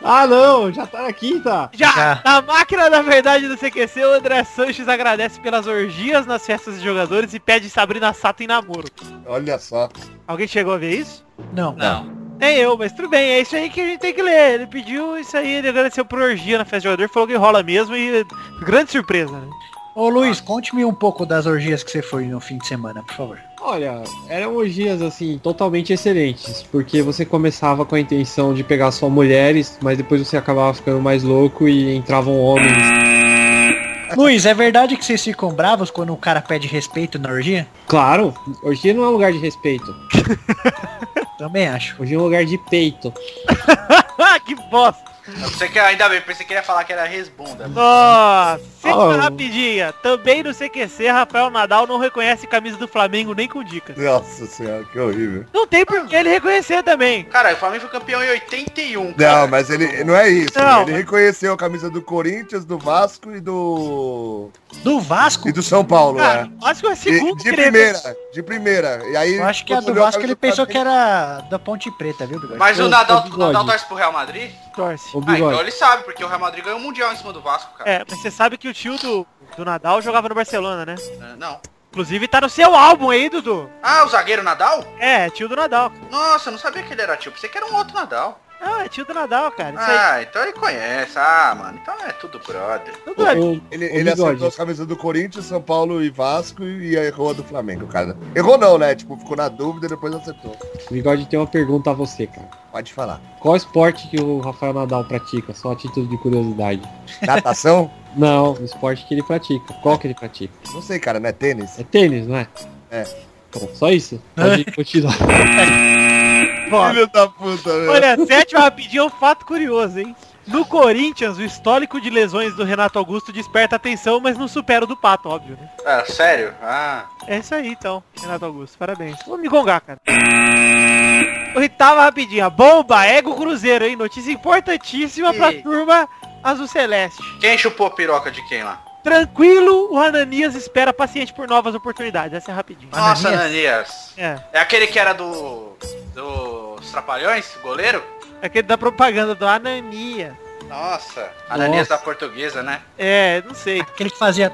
S9: Ah, não. Já tá na quinta.
S7: Já,
S2: Já.
S7: na máquina da verdade do CQC, o André Sanches agradece pelas orgias nas festas de jogadores e pede Sabrina Sato em namoro.
S6: Olha só.
S7: Alguém chegou a ver isso?
S2: Não.
S5: Não.
S7: Nem eu, mas tudo bem, é isso aí que a gente tem que ler. Ele pediu isso aí, ele agradeceu por orgia na festa de jogador, falou que rola mesmo e grande surpresa, né?
S2: Ô Luiz, conte-me um pouco das orgias que você foi no fim de semana, por favor.
S9: Olha, eram orgias assim totalmente excelentes, porque você começava com a intenção de pegar só mulheres, mas depois você acabava ficando mais louco e entravam homens.
S2: Luiz, é verdade que vocês ficam bravos quando um o cara pede respeito na orgia?
S9: Claro, orgia não é um lugar de respeito.
S2: Também acho.
S11: Hoje é um lugar de peito.
S7: Ah, que bosta!
S5: Você que ainda bem, pensei que ele ia falar que era resbunda.
S7: Nossa,
S5: Oh.
S7: oh. rapidinha. Também no CQC, Rafael Nadal não reconhece camisa do Flamengo nem com dicas.
S6: Nossa senhora, que horrível.
S7: Não tem por que ele reconhecer também.
S5: Cara, o Flamengo foi campeão em 81.
S6: Não, mas ele não é isso.
S5: Não,
S6: ele
S5: mas-
S6: reconheceu a camisa do Corinthians, do Vasco e do.
S2: Do Vasco?
S6: E do São Paulo,
S7: Cara,
S6: é.
S7: acho que é
S6: De,
S7: segundo
S6: de
S7: Grêmio.
S6: primeira, de primeira. E aí,
S2: assim. Eu acho que a
S6: quando
S2: do
S6: olhou
S2: Vasco
S6: camisa
S2: ele pensou que era da Ponte Preta, viu, Bigode?
S5: Mas
S2: Eu-
S5: o Nadal,
S2: eu-
S5: o Nadal torce pro Real Madrid?
S7: Torce.
S2: Ô,
S5: Ah,
S2: Bigode.
S5: então ele sabe, porque o Real Madrid ganhou o Mundial em cima do Vasco, cara.
S7: É, mas você sabe que o tio do, do Nadal jogava no Barcelona, né?
S5: Ah, Não.
S7: Inclusive tá no seu álbum aí, Dudu.
S5: Ah, o zagueiro Nadal?
S7: É, tio do Nadal.
S5: Nossa, eu não sabia que ele era tio. Pensei que era um outro Nadal.
S7: Não, é tio do Nadal, cara. Isso aí.
S5: Ah, então ele conhece. Ah, mano, então é tudo brother.
S6: Ô, ô, Ele,
S2: é
S6: ele
S5: Bigode.
S6: acertou as camisas do Corinthians, São Paulo e Vasco e errou a do Flamengo, cara. Errou não, né? Tipo, ficou na dúvida e depois acertou.
S11: Bigode tem uma pergunta a você, cara.
S6: Pode falar.
S11: Qual esporte que o Rafael Nadal pratica? Só a título de curiosidade.
S6: Natação?
S11: Não, o esporte que ele pratica. Qual que ele pratica?
S6: Não sei, cara, não é tênis?
S11: É tênis, não é?
S6: É.
S11: Bom, só isso. Pode continuar.
S6: Filho da puta, velho.
S7: Olha, sétima rapidinho é um fato curioso, hein? No Corinthians, o histórico de lesões do Renato Augusto desperta atenção, mas não supera o do Pato, óbvio, né?
S5: Ah, sério? Ah.
S7: É isso aí, então, Renato Augusto. Parabéns. Vou me gongar, cara. Oitava rapidinha. Bomba, ego cruzeiro, hein? Notícia importantíssima pra turma azul celeste.
S5: Quem chupou a piroca de quem lá?
S7: Tranquilo, o Ananias espera paciente por novas oportunidades. Essa é rapidinho.
S5: Nossa, Ananias.
S7: É.
S5: É aquele que era do. dos Trapalhões, goleiro?
S7: É aquele da propaganda do Ananias.
S5: Nossa. Ananias
S7: Nossa.
S5: da portuguesa, né?
S7: É, não sei.
S2: Aquele que fazia...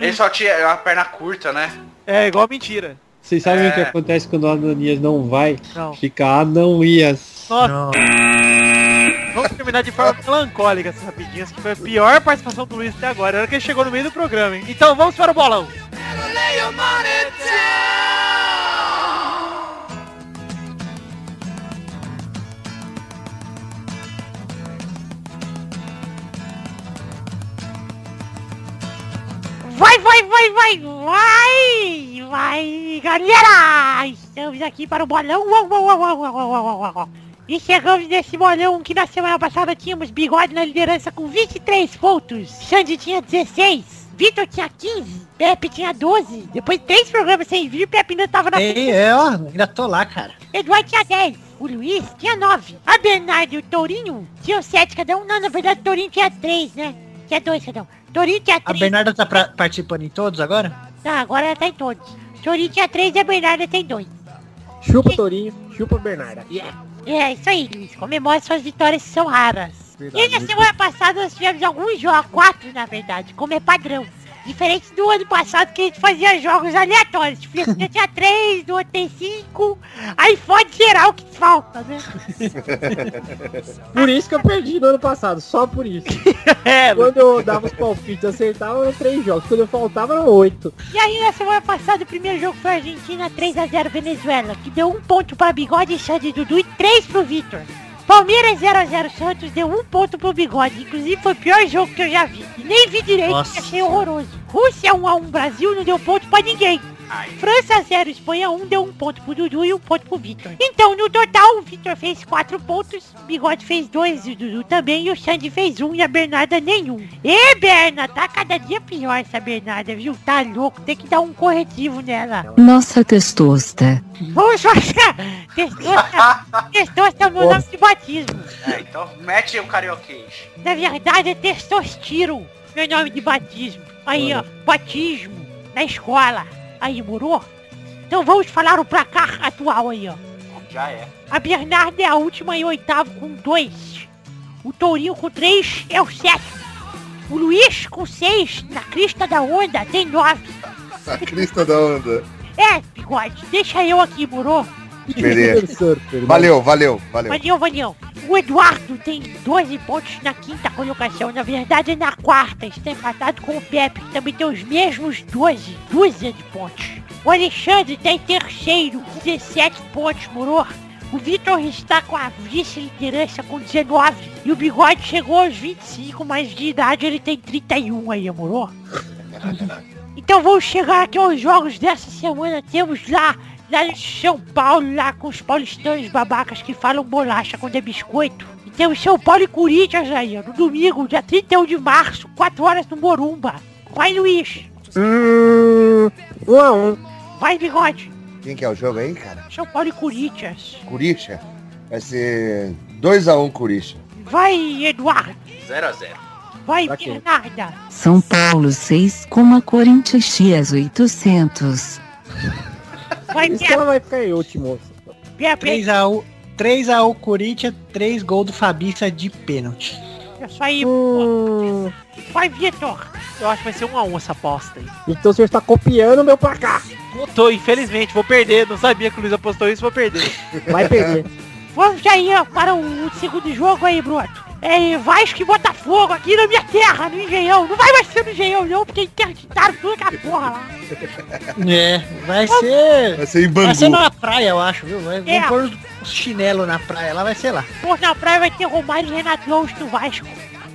S5: Ele só tinha uma perna curta, né?
S7: É, igual mentira.
S11: Vocês sabem
S5: É.
S11: o que acontece quando o Ananias não vai?
S7: Não.
S11: Fica Ananias.
S7: Nossa. Vamos terminar de forma melancólica essas rapidinhas, que foi a pior participação do Luiz até agora. Era que ele chegou no meio do programa, hein? Então vamos para o bolão.
S12: Vai, vai, vai, vai, vai! Vai, galera! Estamos aqui para o bolão. Uau, uau, uau, uau, uau, uau, uau, uau, uau. E chegamos nesse bolão que na semana passada tínhamos Bigode na liderança com 23 pontos. Xande tinha 16. Vitor tinha 15. Pepe tinha 12. Depois de três programas sem vir, Pepe ainda tava na
S2: Ei, é, ó, ainda tô lá, cara.
S12: Eduardo tinha 10, o Luiz tinha 9, a Bernardo e o Tourinho tinham 7 cada um. Não, na verdade o Tourinho tinha 3, né? Tinha 2 cada um. Tourinho tinha
S2: A
S12: 3.
S2: Bernarda tá pra- participando em todos agora?
S12: Tá, agora ela tá em todos. Tourinho tinha 3 e a Bernardo tem 2.
S9: Chupa Tourinho, chupa Bernarda. Yeah.
S12: É isso aí, Luiz. Comemore suas vitórias que são raras. E na
S9: Verdade.
S12: semana passada nós tivemos alguns jogos, quatro na verdade, como é padrão. Diferente do ano passado que a gente fazia jogos aleatórios. Tipo, eu tinha três, do outro tem cinco. Aí fode geral que falta, né?
S9: Por isso que eu perdi no ano passado, só por isso. Quando eu dava os palpites, acertava eram três jogos. Quando eu faltava eram oito.
S12: E aí na semana passada o primeiro jogo foi Argentina 3x0 Venezuela, que deu um ponto para Bigode, Xande e Dudu e 3 pro Vitor. Palmeiras 0x0 Santos deu um ponto pro Bigode, inclusive foi o pior jogo que eu já vi. E nem vi direito,
S10: Nossa.
S12: achei horroroso. Rússia 1x1 Brasil não deu ponto pra ninguém. França 0, Espanha 1, deu um ponto pro Dudu e um ponto pro Vitor. Então, no total, o Vitor fez 4 pontos, o Bigode fez 2, o Dudu também, e o Xande fez 1 um, e a Bernarda nenhum. Ê, Berna, tá cada dia pior essa Bernarda, viu? Tá louco, tem que dar um corretivo nela.
S1: Nossa testosta.
S12: Vamos fazer testosta, testosta é o meu nome de batismo.
S5: É, então mete o carioquês.
S12: Na verdade, é testostiro, meu nome de batismo. Aí, ó, batismo, na escola. Aí, morou? Então vamos falar o placar atual aí, ó.
S5: Já é.
S12: A Bernarda é a última em oitavo com dois. O Tourinho com três é o sétimo. O Luiz com seis na crista da onda tem nove.
S6: A crista da onda.
S12: É, bigode, deixa eu aqui, moro?
S6: Beleza. Valeu, valeu, valeu.
S12: Valeu, valeu. O Eduardo tem 12 pontos na quinta colocação. Na verdade, é na quarta. Está empatado com o Pepe, que também tem os mesmos 12, dúzia de pontos. O Alexandre está em terceiro, 17 pontos, moro? O Vitor está com a vice-liderança com 19. E o Bigode um chegou aos 25, mas de idade ele tem 31 aí, moro? Então vamos chegar aqui aos jogos dessa semana. Temos lá, lá em São Paulo, lá com os paulistanos babacas que falam bolacha quando é biscoito. E temos São Paulo e Corinthians aí, ó, no domingo, dia 31 de março, 4 horas no Morumba. Vai, Luiz.
S4: Hum, um a um.
S12: Vai, bigode.
S6: Quem que é o jogo aí, cara?
S12: São Paulo e Corinthians.
S6: Curixa? Vai ser 2x1 um, Curixa.
S12: Vai, Eduardo.
S5: 0x0.
S12: Vai,
S6: Pra quê?
S12: Bernarda.
S1: São Paulo 6, como a Corinthians X 800.
S12: Vai,
S9: Isso ela vai ficar em último.
S2: 3x1 3x1 Corinthians, 3 gols do Fabiça de pênalti.
S12: É só aí, pô. Vai, Vitor.
S7: Eu acho que vai ser um a um essa aposta aí.
S9: Então o senhor está copiando meu placar.
S7: Não tô, infelizmente, vou perder. Não sabia que o Luiz apostou isso, vou perder.
S9: Vai perder.
S12: Vamos aí ó, para o segundo jogo aí, Broto. É Vasco e Botafogo aqui na minha terra, no Engenhão. Não vai mais ser no Engenhão não, porque interditaram tudo aquela porra lá.
S2: É, vai ser.
S6: Vai ser em
S2: Vai
S6: Bangu.
S2: ser numa praia, eu acho, viu? Vai,
S12: Tá É.
S2: Vamos pôr os chinelos na praia, lá vai ser lá.
S12: Porra, na praia vai ter Romário e Renato Lons no Vasco.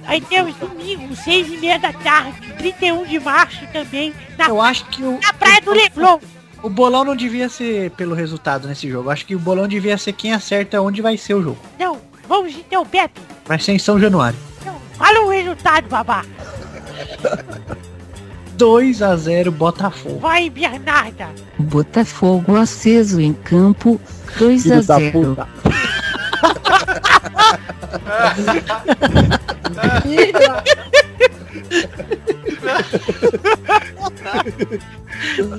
S12: Aí temos domingo, seis e meia da tarde, 31 de março também. Na,
S2: eu acho que o...
S12: Tá. Na praia do Leblon.
S2: O bolão não devia ser pelo resultado nesse jogo. Acho que o bolão devia ser quem acerta onde vai ser o jogo.
S12: Não, vamos então, Beto.
S2: Vai ser em São Januário.
S12: Fala o resultado, babá.
S2: 2x0 Botafogo.
S12: Vai, Bernarda.
S1: Botafogo aceso em campo, 2 a
S2: Filho da
S1: 0.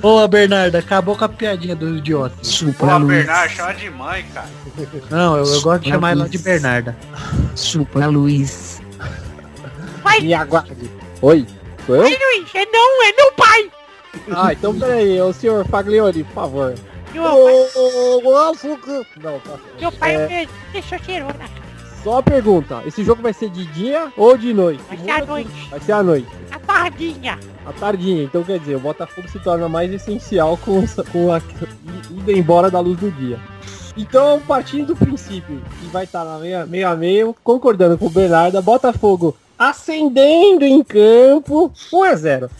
S2: Boa, Bernarda. Acabou com a piadinha do idiota.
S1: Chupa,
S5: Pô, Bernardo, chama de mãe, cara.
S2: Não, eu, eu gosto de chamar ela de Bernarda.
S1: Chupa, Luiz.
S12: Vai,
S9: Me aguarde. Oi, sou eu?
S12: vai, Luiz. É não, é não, pai.
S9: Ah, então peraí, o senhor Faglione, por favor.
S12: Meu
S9: Ô, ô, açúcar. Não, tá certo.
S12: pai, meu pai
S9: É.
S12: me deixou cheirona, cara.
S9: Só uma pergunta, esse jogo vai ser de dia ou de noite?
S12: Vai ser à noite.
S9: Vai ser à noite,
S12: A tardinha.
S9: à tardinha. Então quer dizer, o Botafogo se torna mais essencial com, essa- com a i- ida embora da luz do dia. Então, partindo do princípio que vai estar na meia, meio a meio, concordando com o Bernardo, é Botafogo ascendendo em campo, 1 a 0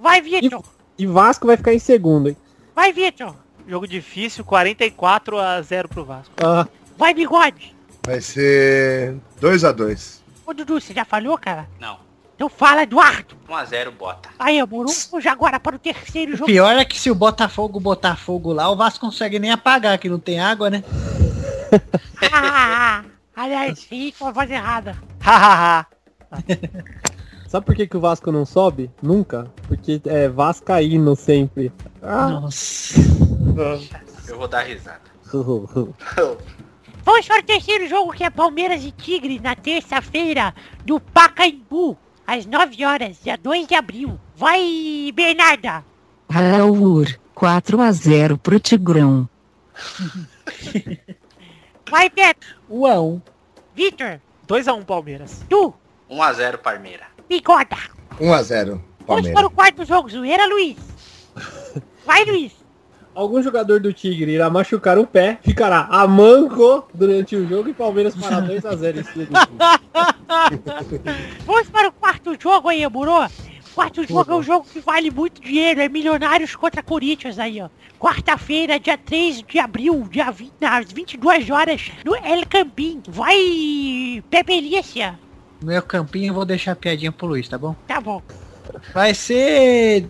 S12: Vai, Vitor.
S9: E Vasco vai ficar em segundo, hein?
S12: Vai, Vitor.
S7: Jogo difícil, 44 a 0 pro Vasco.
S9: Ah,
S12: Vai, bigode.
S6: Vai ser 2x2.
S12: Ô, Dudu, você já falou, cara?
S5: Não.
S12: Então fala, Eduardo.
S5: 1x0 bota.
S12: Aí, amor, vamos agora para o terceiro
S2: O
S12: jogo.
S2: pior é que se o Botafogo botar fogo lá, o Vasco consegue nem apagar, que não tem água, né?
S12: Ah, aliás, sim, com a voz errada.
S7: Hahaha.
S9: Sabe por que, que o Vasco não sobe? Nunca. Porque é vascaíno sempre. Ah.
S2: Nossa.
S5: Eu vou dar risada.
S12: Vamos para o terceiro jogo que é Palmeiras e Tigre na terça-feira do Pacaembu, às 9 horas, dia 2 de abril. Vai, Bernarda!
S1: Raul, 4 a 0 pro Tigrão.
S12: Vai, Beto!
S2: 1x1.
S12: Vitor!
S7: 2x1 Palmeiras.
S12: Tu!
S5: 1x0 Parmeira.
S12: Bigoda!
S6: 1x0
S12: Vamos
S6: Palmeiras.
S12: para é o quarto jogo, zoeira, Luiz! Vai, Luiz!
S9: Algum jogador do Tigre irá machucar o pé, ficará a manco durante o jogo e Palmeiras para 2x0 em cima do Tigre.
S12: Vamos para o quarto jogo aí, Muro! Quarto jogo é um jogo que vale muito dinheiro, é Milionários contra Corinthians aí, ó. Quarta-feira, dia 3 de abril, dia 20, às 22 horas, no El Campín. Vai, Pepe Lícia!
S2: No meu campinho eu vou deixar a piadinha pro Luiz, tá bom?
S12: Tá bom.
S2: Vai ser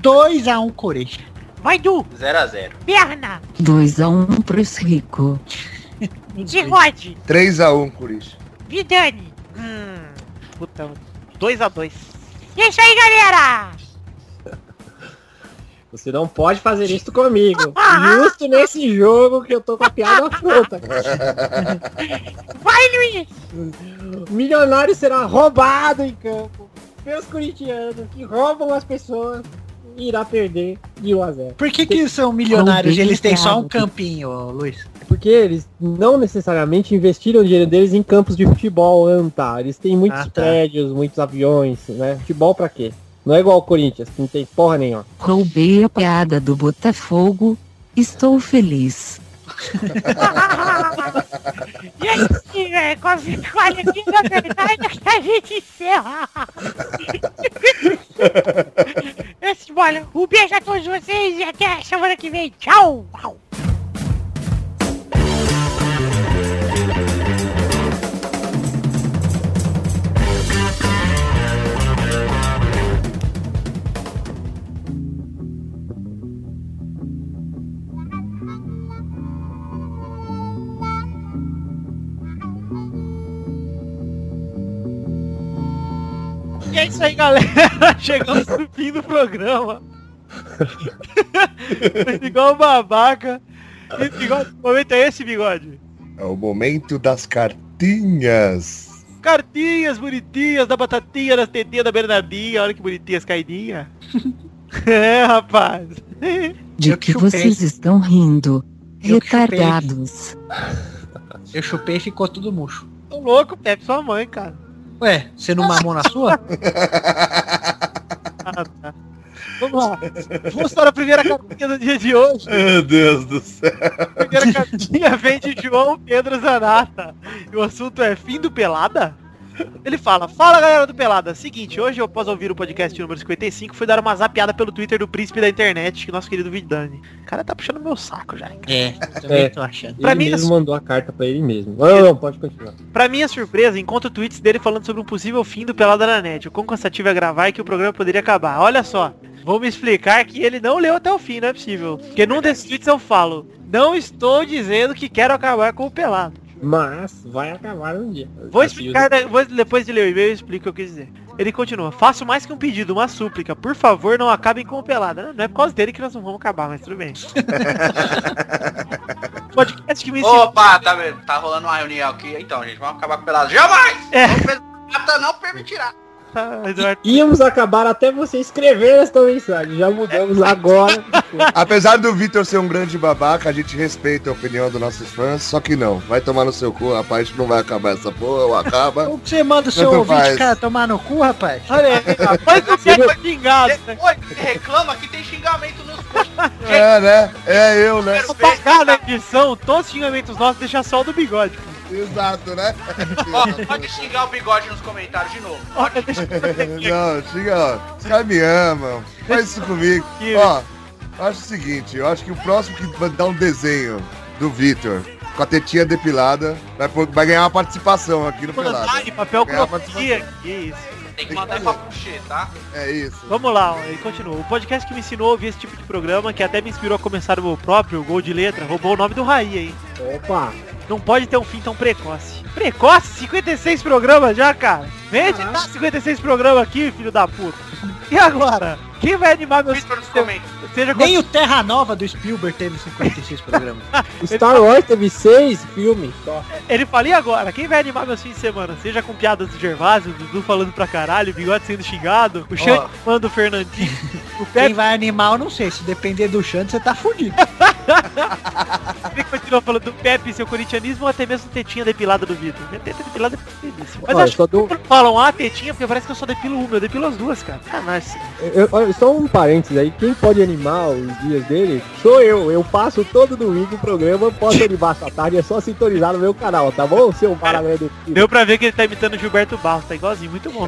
S2: 2x1 Corinthians.
S12: Vai, Du.
S5: 0x0.
S12: Perna.
S1: 2 a 1 pros Rico.
S12: Bigode.
S6: 3x1 Curixa.
S12: Vidani.
S7: Hum, puta. 2x2.
S12: E é isso aí, galera.
S9: Você não pode fazer isso comigo. Justo nesse jogo que eu tô com a piada pronta.
S12: Vai, Luiz.
S9: Milionário será roubado em campo. Pelos corintianos que roubam as pessoas irá perder de 1x0.
S2: Por que que são milionários e eles têm só um campinho, ô, Luiz?
S9: Porque eles não necessariamente investiram o dinheiro deles em campos de
S11: né,
S9: futebol, anta. Eles têm muitos
S2: Ah, tá.
S9: prédios, muitos aviões, né? Futebol pra quê? Não é igual o Corinthians, que não tem porra nenhuma.
S1: Roubei a piada do Botafogo. Estou feliz.
S12: E é isso aí, velho. Com a vitória aqui da verdade, a gente encerra. Esse bola. Um beijo a todos vocês e até a semana que vem. Tchau! Au.
S7: E é isso aí, galera. Chegamos no fim do programa. Fez igual um babaca. E bigode, que momento é esse, bigode?
S6: É o momento das cartinhas.
S7: Cartinhas bonitinhas da batatinha, das tetinhas da Bernardinha. Olha que bonitinhas, caidinha. é, rapaz.
S1: De
S7: Eu
S1: que
S7: chupei.
S1: vocês estão rindo?
S7: Eu que chupei.
S1: Retardados.
S2: Eu chupei e ficou tudo murcho.
S7: Tô louco, Pepe, sua mãe, cara.
S2: Ué, você não mamou na sua?
S7: Vamos lá. Vamos para a primeira cartinha do dia de hoje.
S6: Meu Deus do céu.
S7: A primeira cartinha vem de João Pedro Zanata. E o assunto é fim do Pelada? Ele fala, fala galera do Pelada, seguinte, hoje eu após ouvir o podcast número 55, fui dar uma zapiada pelo Twitter do príncipe da internet, que nosso querido Vidani. O cara tá puxando meu saco já, hein, cara.
S2: É,
S11: É,
S7: Pra
S11: ele
S7: mim,
S11: mesmo mandou a carta pra ele mesmo. Não, não, não, pode continuar.
S7: Pra minha surpresa, encontro tweets dele falando sobre um possível fim do Pelada na Net. O quão cansativo é gravar e que o programa poderia acabar. Olha só, vou me explicar que ele não leu até o fim, não é possível. Porque num desses tweets eu falo, não estou dizendo que quero acabar com o Pelado.
S11: Mas vai acabar um dia.
S7: Vou explicar, da- vou- depois de ler o e-mail eu explico o que eu quis dizer. Ele continua, faço mais que um pedido, uma súplica. Por favor, não acabem com o Pelada. Não, não é por causa dele que nós não vamos acabar, mas tudo bem. Podcast que me ensinou-
S5: Opa, tá, vendo? tá rolando uma reunião aqui. Então, gente, vamos acabar com o pelado. Jamais! O Mata não permitirá.
S7: tá,
S11: Íamos acabar até você escrever esta mensagem. Já
S7: É.
S11: mudamos agora.
S6: Apesar do Vitor ser um grande babaca, a gente respeita a opinião dos nossos fãs, só que não. Vai tomar no seu cu, rapaz, não vai acabar essa porra, ou acaba.
S2: Ou que você manda o seu
S6: Tanto
S2: ouvinte,
S6: faz.
S2: cara, tomar no cu, rapaz?
S7: Olha aí, rapaz, você é xingado.
S5: Depois
S7: né?
S5: que reclama que tem xingamento nos posts.
S6: É, né? É eu, né?
S7: Vou pagar na edição todos os xingamentos nossos, deixar só o do bigode.
S6: Exato, né?
S5: Ó, pode xingar o bigode nos comentários de novo.
S7: Olha, deixa eu
S6: Não, chega, ó. Os caras me amam. Faz isso comigo. Ó, eu acho o seguinte, eu acho que o próximo que vai dar um desenho do Vitor com a tetinha depilada vai, pôr- vai ganhar uma participação aqui no Pelado.
S7: mandar em papel
S6: Ganhar uma
S7: croquia. Que isso.
S5: Tem que mandar pra puxê, tá?
S6: É isso.
S7: Vamos lá, ó, ele continua. O podcast que me ensinou a ouvir esse tipo de programa, que até me inspirou a começar o meu próprio, o Gol de Letra, roubou o nome do Raí, hein?
S11: Opa!
S7: Não pode ter um fim tão precoce. Precoce? 56 programas já, cara? Vem editar 56 programas aqui, filho da puta. E agora? Quem vai animar meus... Seja
S2: Nem o Terra Nova do Spielberg teve 56 programas.
S11: Star Wars teve seis filmes. só.
S7: Ele fala, e agora? Quem vai animar meus fins de semana? Seja com piadas do Gervásio, o Dudu falando pra caralho, o Bigode sendo xingado, o Xande manda o Fernandinho, o
S2: Quem
S7: Pepe
S2: vai animar, eu não sei. Se depender do Xande, você tá fudido.
S7: ele continua falando do Pepe, seu corintianismo, ou até mesmo tetinha depilada do Vitor. Minha teta depilada é delícia. Mas
S11: Olha,
S7: acho
S11: só
S7: que
S11: dou-
S7: quando falam, ah, tetinha, porque parece que eu só depilo uma, eu depilo as duas, cara. Sacanagem. isso.
S11: Eu- eu- só um parênteses aí, quem pode animar os dias dele sou eu. Eu passo todo domingo o programa, posso animar essa tarde, é só sintonizar no meu canal, tá bom, seu vara agradecido?
S7: Deu pra ver que ele tá imitando Gilberto Barros, tá igualzinho, muito bom.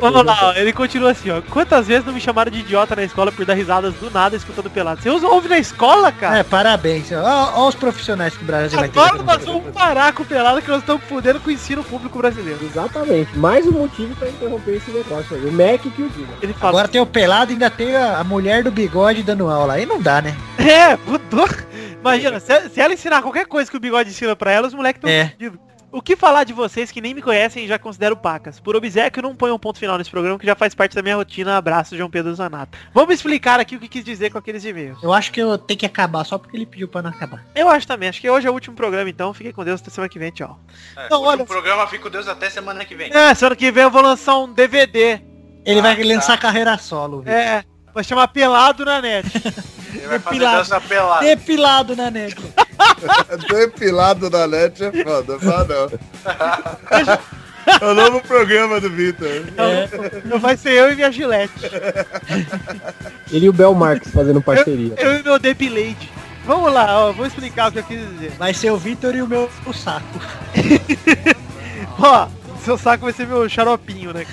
S7: Vamos lá, ó, ele continua assim, ó. Quantas vezes não me chamaram de idiota na escola por dar risadas do nada escutando pelado? Você usa ouve na escola, cara?
S2: É, parabéns. Olha os profissionais que é. o Brasil vai ter.
S7: Agora nós vamos parar com o pelado que nós estamos fudendo com o ensino público brasileiro.
S11: Exatamente, mais um motivo pra interromper esse negócio aí. O Mac que o diga.
S7: Ele fala.
S2: Agora tem o pelado e ainda tem a, a mulher do bigode dando aula. Aí não dá, né?
S7: É, mudou. Imagina, se, se ela ensinar qualquer coisa que o bigode ensina pra ela, os moleques estão
S2: É.
S7: perdidos. O que falar de vocês que nem me conhecem e já considero pacas? Por obséquio, não ponho um ponto final nesse programa que já faz parte da minha rotina. Abraço, João Pedro Zanato. Vamos explicar aqui o que quis dizer com aqueles e-mails.
S2: Eu acho que eu tenho que acabar só porque ele pediu pra não acabar.
S7: Eu acho também, acho que hoje é o último programa, então. Fiquem com Deus, até semana que vem, tchau.
S5: É,
S7: Não,
S5: último
S7: olha-
S5: programa fica com Deus até semana que vem.
S7: É, semana que vem eu vou lançar um DVD.
S2: Ele
S5: Ah,
S2: vai
S5: tá.
S2: lançar carreira solo. viu?
S7: É, vai chamar Pelado na Net.
S5: Ele vai fazer
S2: Depilado.
S5: dança pelada.
S2: Depilado né, na net.
S6: É Depilado na net é foda, só não. É o novo programa do Vitor.
S7: Não Então, vai ser eu e minha gilete.
S11: Ele e o Bel Marques fazendo parceria.
S7: Eu e meu Depilade. Vamos lá, ó, vou explicar o que eu quis dizer.
S2: Vai ser o Vitor e o meu o saco.
S7: Ó, seu saco vai ser meu xaropinho, né?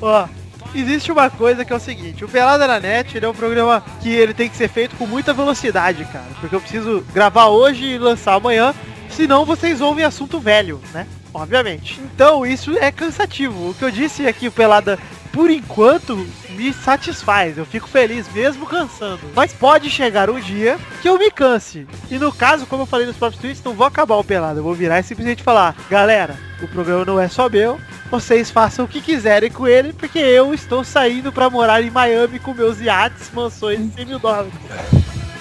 S7: Ó, existe uma coisa que é o seguinte, o Pelada na Net, ele é um programa que ele tem que ser feito com muita velocidade, cara. Porque eu preciso gravar hoje e lançar amanhã, senão vocês ouvem assunto velho, né? Obviamente. Então isso é cansativo. O que eu disse aqui, o Pelada, por enquanto, me satisfaz. Eu fico feliz mesmo cansando. Mas pode chegar um dia que eu me canse. E no caso, como eu falei nos próprios tweets, não vou acabar o Pelada. Eu vou virar e simplesmente falar, galera, o programa não é só meu. Vocês façam o que quiserem com ele, porque eu estou saindo pra morar em Miami com meus iates, mansões e 100 mil dólares.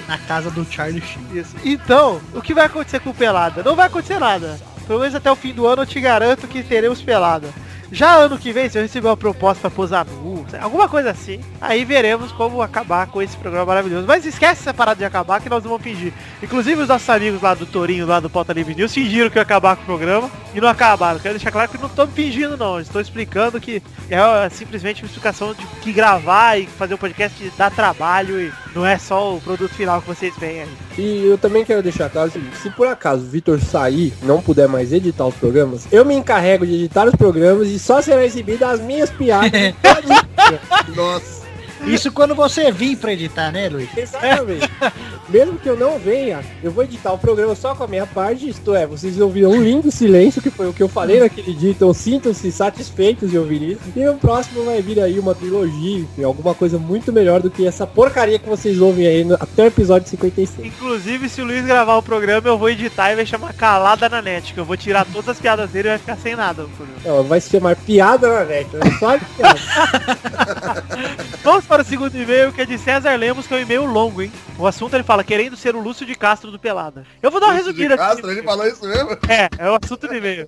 S2: Na casa do Charlie Sheen.
S7: Isso. Então, o que vai acontecer com o Pelada? Não vai acontecer nada. Pelo menos até o fim do ano eu te garanto que teremos Pelada. Já ano que vem, se eu receber uma proposta pra posar nu, alguma coisa assim, aí veremos como acabar com esse programa maravilhoso. Mas esquece essa parada de acabar que nós não vamos fingir. Inclusive os nossos amigos lá do Torinho, lá do Pauta Livre News, fingiram que ia acabar com o programa e não acabaram. Quero deixar claro que não tô me fingindo não, estou explicando que é simplesmente uma explicação de que gravar e fazer um podcast dá trabalho e não é só o produto final que vocês veem aí.
S11: E eu também quero deixar claro o seguinte, se por acaso o Vitor sair, não puder mais editar os programas, eu me encarrego de editar os programas e só será exibida as minhas piadas.
S2: Nossa. Isso quando você vir pra editar, né, Luiz?
S11: Exatamente. Mesmo que eu não venha, eu vou editar o programa só com a minha parte, isto é, vocês ouviram um lindo silêncio, que foi o que eu falei naquele dia, então sintam-se satisfeitos de ouvir isso. E no próximo vai vir aí uma trilogia, enfim, alguma coisa muito melhor do que essa porcaria que vocês ouvem aí no- até o episódio 56.
S7: Inclusive, se o Luiz gravar o programa, eu vou editar e vai chamar Calada na Net, que eu vou tirar todas as piadas dele e vai ficar sem nada. no programa.
S11: Não, vai se chamar Piada na Net, né? só de piada.
S7: Vamos para o segundo e-mail, que é de César Lemos, que é um e-mail longo, hein? O assunto ele fala, querendo ser o Lúcio de Castro do Pelada. Eu vou dar uma resumida.
S6: Castro, ele falou isso mesmo?
S7: É, é o assunto do e-mail.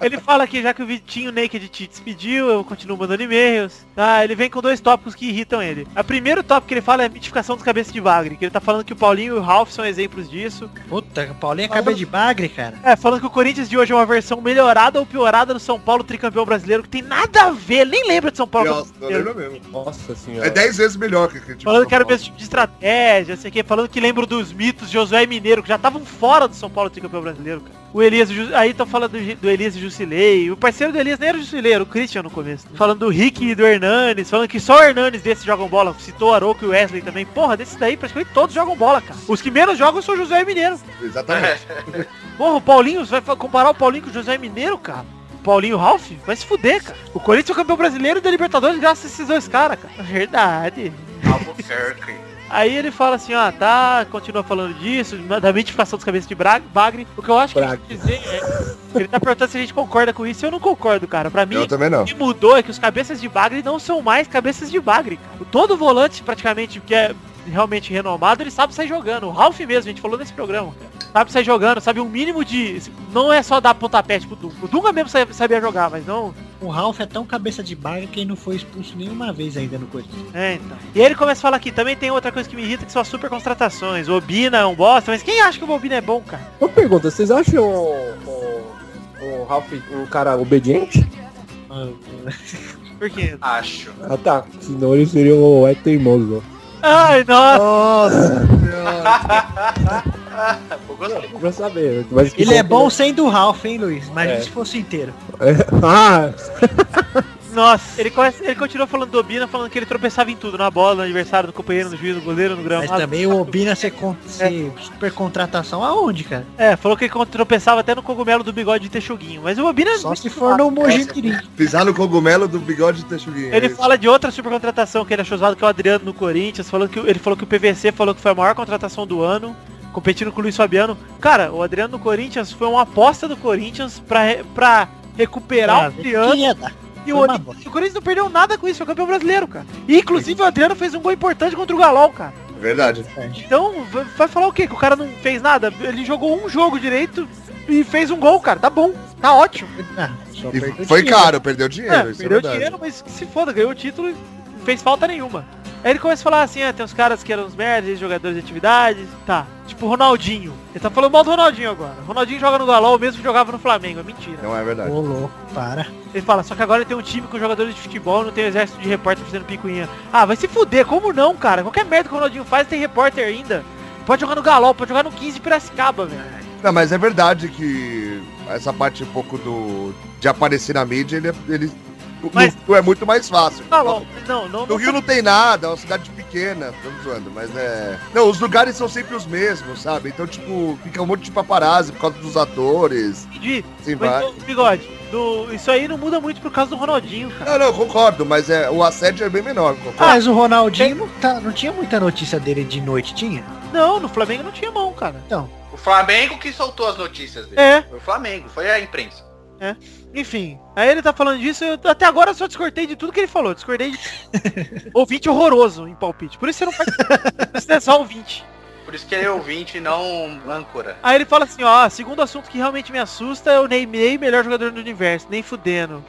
S7: Ele fala que já que o Vitinho Naked Cheats pediu, eu continuo mandando e-mails. Tá, ele vem com dois tópicos que irritam ele. O primeiro tópico que ele fala é a mitificação dos cabeças de bagre, que ele tá falando que o Paulinho e o Ralph são exemplos disso.
S2: Puta, Paulinho é cabeça de bagre, cara.
S7: É, falando que o Corinthians de hoje é uma versão melhorada ou piorada do São Paulo tricampeão brasileiro, que tem nada a ver, nem lembra de São Paulo.
S6: Nossa,
S7: campeão
S6: não
S7: brasileiro.
S6: lembro mesmo.
S11: Nossa senhora.
S6: É 10 vezes melhor que aquele time.
S7: Falando que era o mesmo tipo de estratégia, sei o quê, falando que lembro dos mitos de Josué e Mineiro, que já estavam fora do São Paulo tricampeão brasileiro, cara. O Elias, e o Ju- aí estão falando do, Gi- do Elias e Jusilei, o parceiro do Elias nem era o Jusilei, era o Christian no começo. Falando do Rick e do Hernanes, falando que só o Hernanes desses jogam bola, citou o Aroco e o Wesley também. Porra, desses daí praticamente todos jogam bola, cara. Os que menos jogam são o Josué e Mineiro. É.
S6: Exatamente.
S7: Porra, o Paulinho, você vai fa- comparar o Paulinho com o José Mineiro, cara? O Paulinho e o Ralf? Vai se fuder, cara. O Corinthians é o campeão brasileiro e da Libertadores graças a esses dois caras, cara. Verdade.
S5: É, Albuquerque.
S7: Aí ele fala assim, ó, tá, continua falando disso, da mitificação dos cabeças de Bra- Bagre. O que eu acho que ele quer dizer é. Ele tá perguntando se a gente concorda com isso, eu não concordo, cara. Pra mim,
S6: Eu também não.
S7: o que mudou é que os cabeças de bagre não são mais cabeças de bagre. cara. Todo volante, praticamente, que é realmente renomado, ele sabe sair jogando. O Ralph mesmo, a gente falou nesse programa. Sabe sair jogando, sabe o mínimo de... Não é só dar pontapé, tipo, o Dunga. O Dunga mesmo sa- sabia jogar, mas não...
S2: O Ralph é tão cabeça de bagre que ele não foi expulso nenhuma vez ainda no Corinthians.
S7: É, então. E aí ele começa a falar aqui, também tem outra coisa que me irrita, que são as super contratações. O Obina é um bosta, mas quem acha que o Obina é bom, cara?
S11: Uma pergunta, vocês acham o, o, o Ralph um cara obediente?
S7: Por quê?
S5: Acho.
S11: Ah tá, senão ele seria o é teimoso.
S7: Ai, nossa!
S5: Eu gostei.
S11: Pra saber, mas que
S2: Ele é
S11: bom-
S2: bom sendo o Ralph, hein, Luiz? Imagina
S11: É.
S2: se fosse inteiro.
S11: ah,
S7: Nossa, ele, começa- ele continua falando do Obina, falando que ele tropeçava em tudo, na bola, no adversário, no companheiro, no juiz, no goleiro, no gramado.
S2: Mas também o Obina ser, con- ser super contratação aonde, cara?
S7: É, falou que ele tropeçava até no cogumelo do bigode de texuguinho, mas o Obina...
S2: Só se for no Mojimirim.
S6: Pisar no cogumelo do bigode de Texuguinha. é
S7: Ele fala de outra supercontratação que ele achou zoado, que é o Adriano no Corinthians, falando que ele falou que o PVC falou que foi a maior contratação do ano, competindo com o Luiz Fabiano. Cara, o Adriano no Corinthians foi uma aposta do Corinthians pra, re- pra recuperar
S2: Ah,
S7: o Adriano.
S2: quem ia dar?
S7: E
S2: Foi
S7: o,
S2: uma
S7: Ori- o Corinthians não perdeu nada com isso, foi campeão brasileiro, cara. E inclusive o Adriano fez um gol importante contra o Galol, cara.
S6: Verdade.
S7: Então, vai- vai falar o quê? Que o cara não fez nada? Ele jogou um jogo direito e fez um gol, cara. Tá bom, tá ótimo.
S2: Ah,
S6: E foi caro, perdeu dinheiro.
S7: É,
S6: isso é
S7: perdeu
S6: verdade.
S7: dinheiro, mas que se foda, ganhou o título e não fez falta nenhuma. Aí ele começa a falar assim, ah, tem uns caras que eram uns merdas, jogadores de atividades, tá. Tipo o Ronaldinho. Ele tá falando mal do Ronaldinho agora. O Ronaldinho joga no Galol, mesmo que jogava no Flamengo, é mentira.
S6: Não é verdade.
S2: Ô, louco, para.
S7: Ele fala, só que agora ele tem um time com jogadores de futebol, não tem um exército de repórter fazendo picuinha. Ah, vai se fuder, como não, cara? Qualquer merda que o Ronaldinho faz tem repórter ainda. Pode jogar no Galol, pode jogar no 15 de Piracicaba, velho.
S6: Não, mas é verdade que essa parte um pouco do de aparecer na mídia, ele, é, ele no-
S7: Mas- Tá
S6: no- é muito mais fácil.
S7: Não, não, não, não,
S6: No Rio não tem nada, é uma cidade pequena, estamos zoando, mas é. Não, os lugares são sempre os mesmos, sabe? Então, tipo, fica um monte de paparazzi por causa dos atores.
S7: Entendi.
S6: Sim,
S7: Mas,
S6: vai.
S7: ô, bigode, do- isso aí não muda muito por causa do Ronaldinho, cara.
S6: Não, não, eu concordo, mas é, o assédio é bem menor. concordo.
S2: Ah, mas o Ronaldinho não, tá- não tinha muita notícia dele de noite, tinha?
S7: Não, no Flamengo não tinha mão, cara.
S2: Então.
S5: O Flamengo que soltou as notícias dele.
S7: É.
S5: Foi o Flamengo, foi a imprensa.
S7: É. Enfim, aí ele tá falando disso, eu até agora eu só discordei de tudo que ele falou. Discordei de ouvinte horroroso em palpite. Por isso você não faz. Você é só ouvinte.
S5: Por isso que ele é ouvinte e não âncora.
S7: Aí ele fala assim, ó, segundo assunto que realmente me assusta, eu neimei melhor jogador do universo, nem fudendo.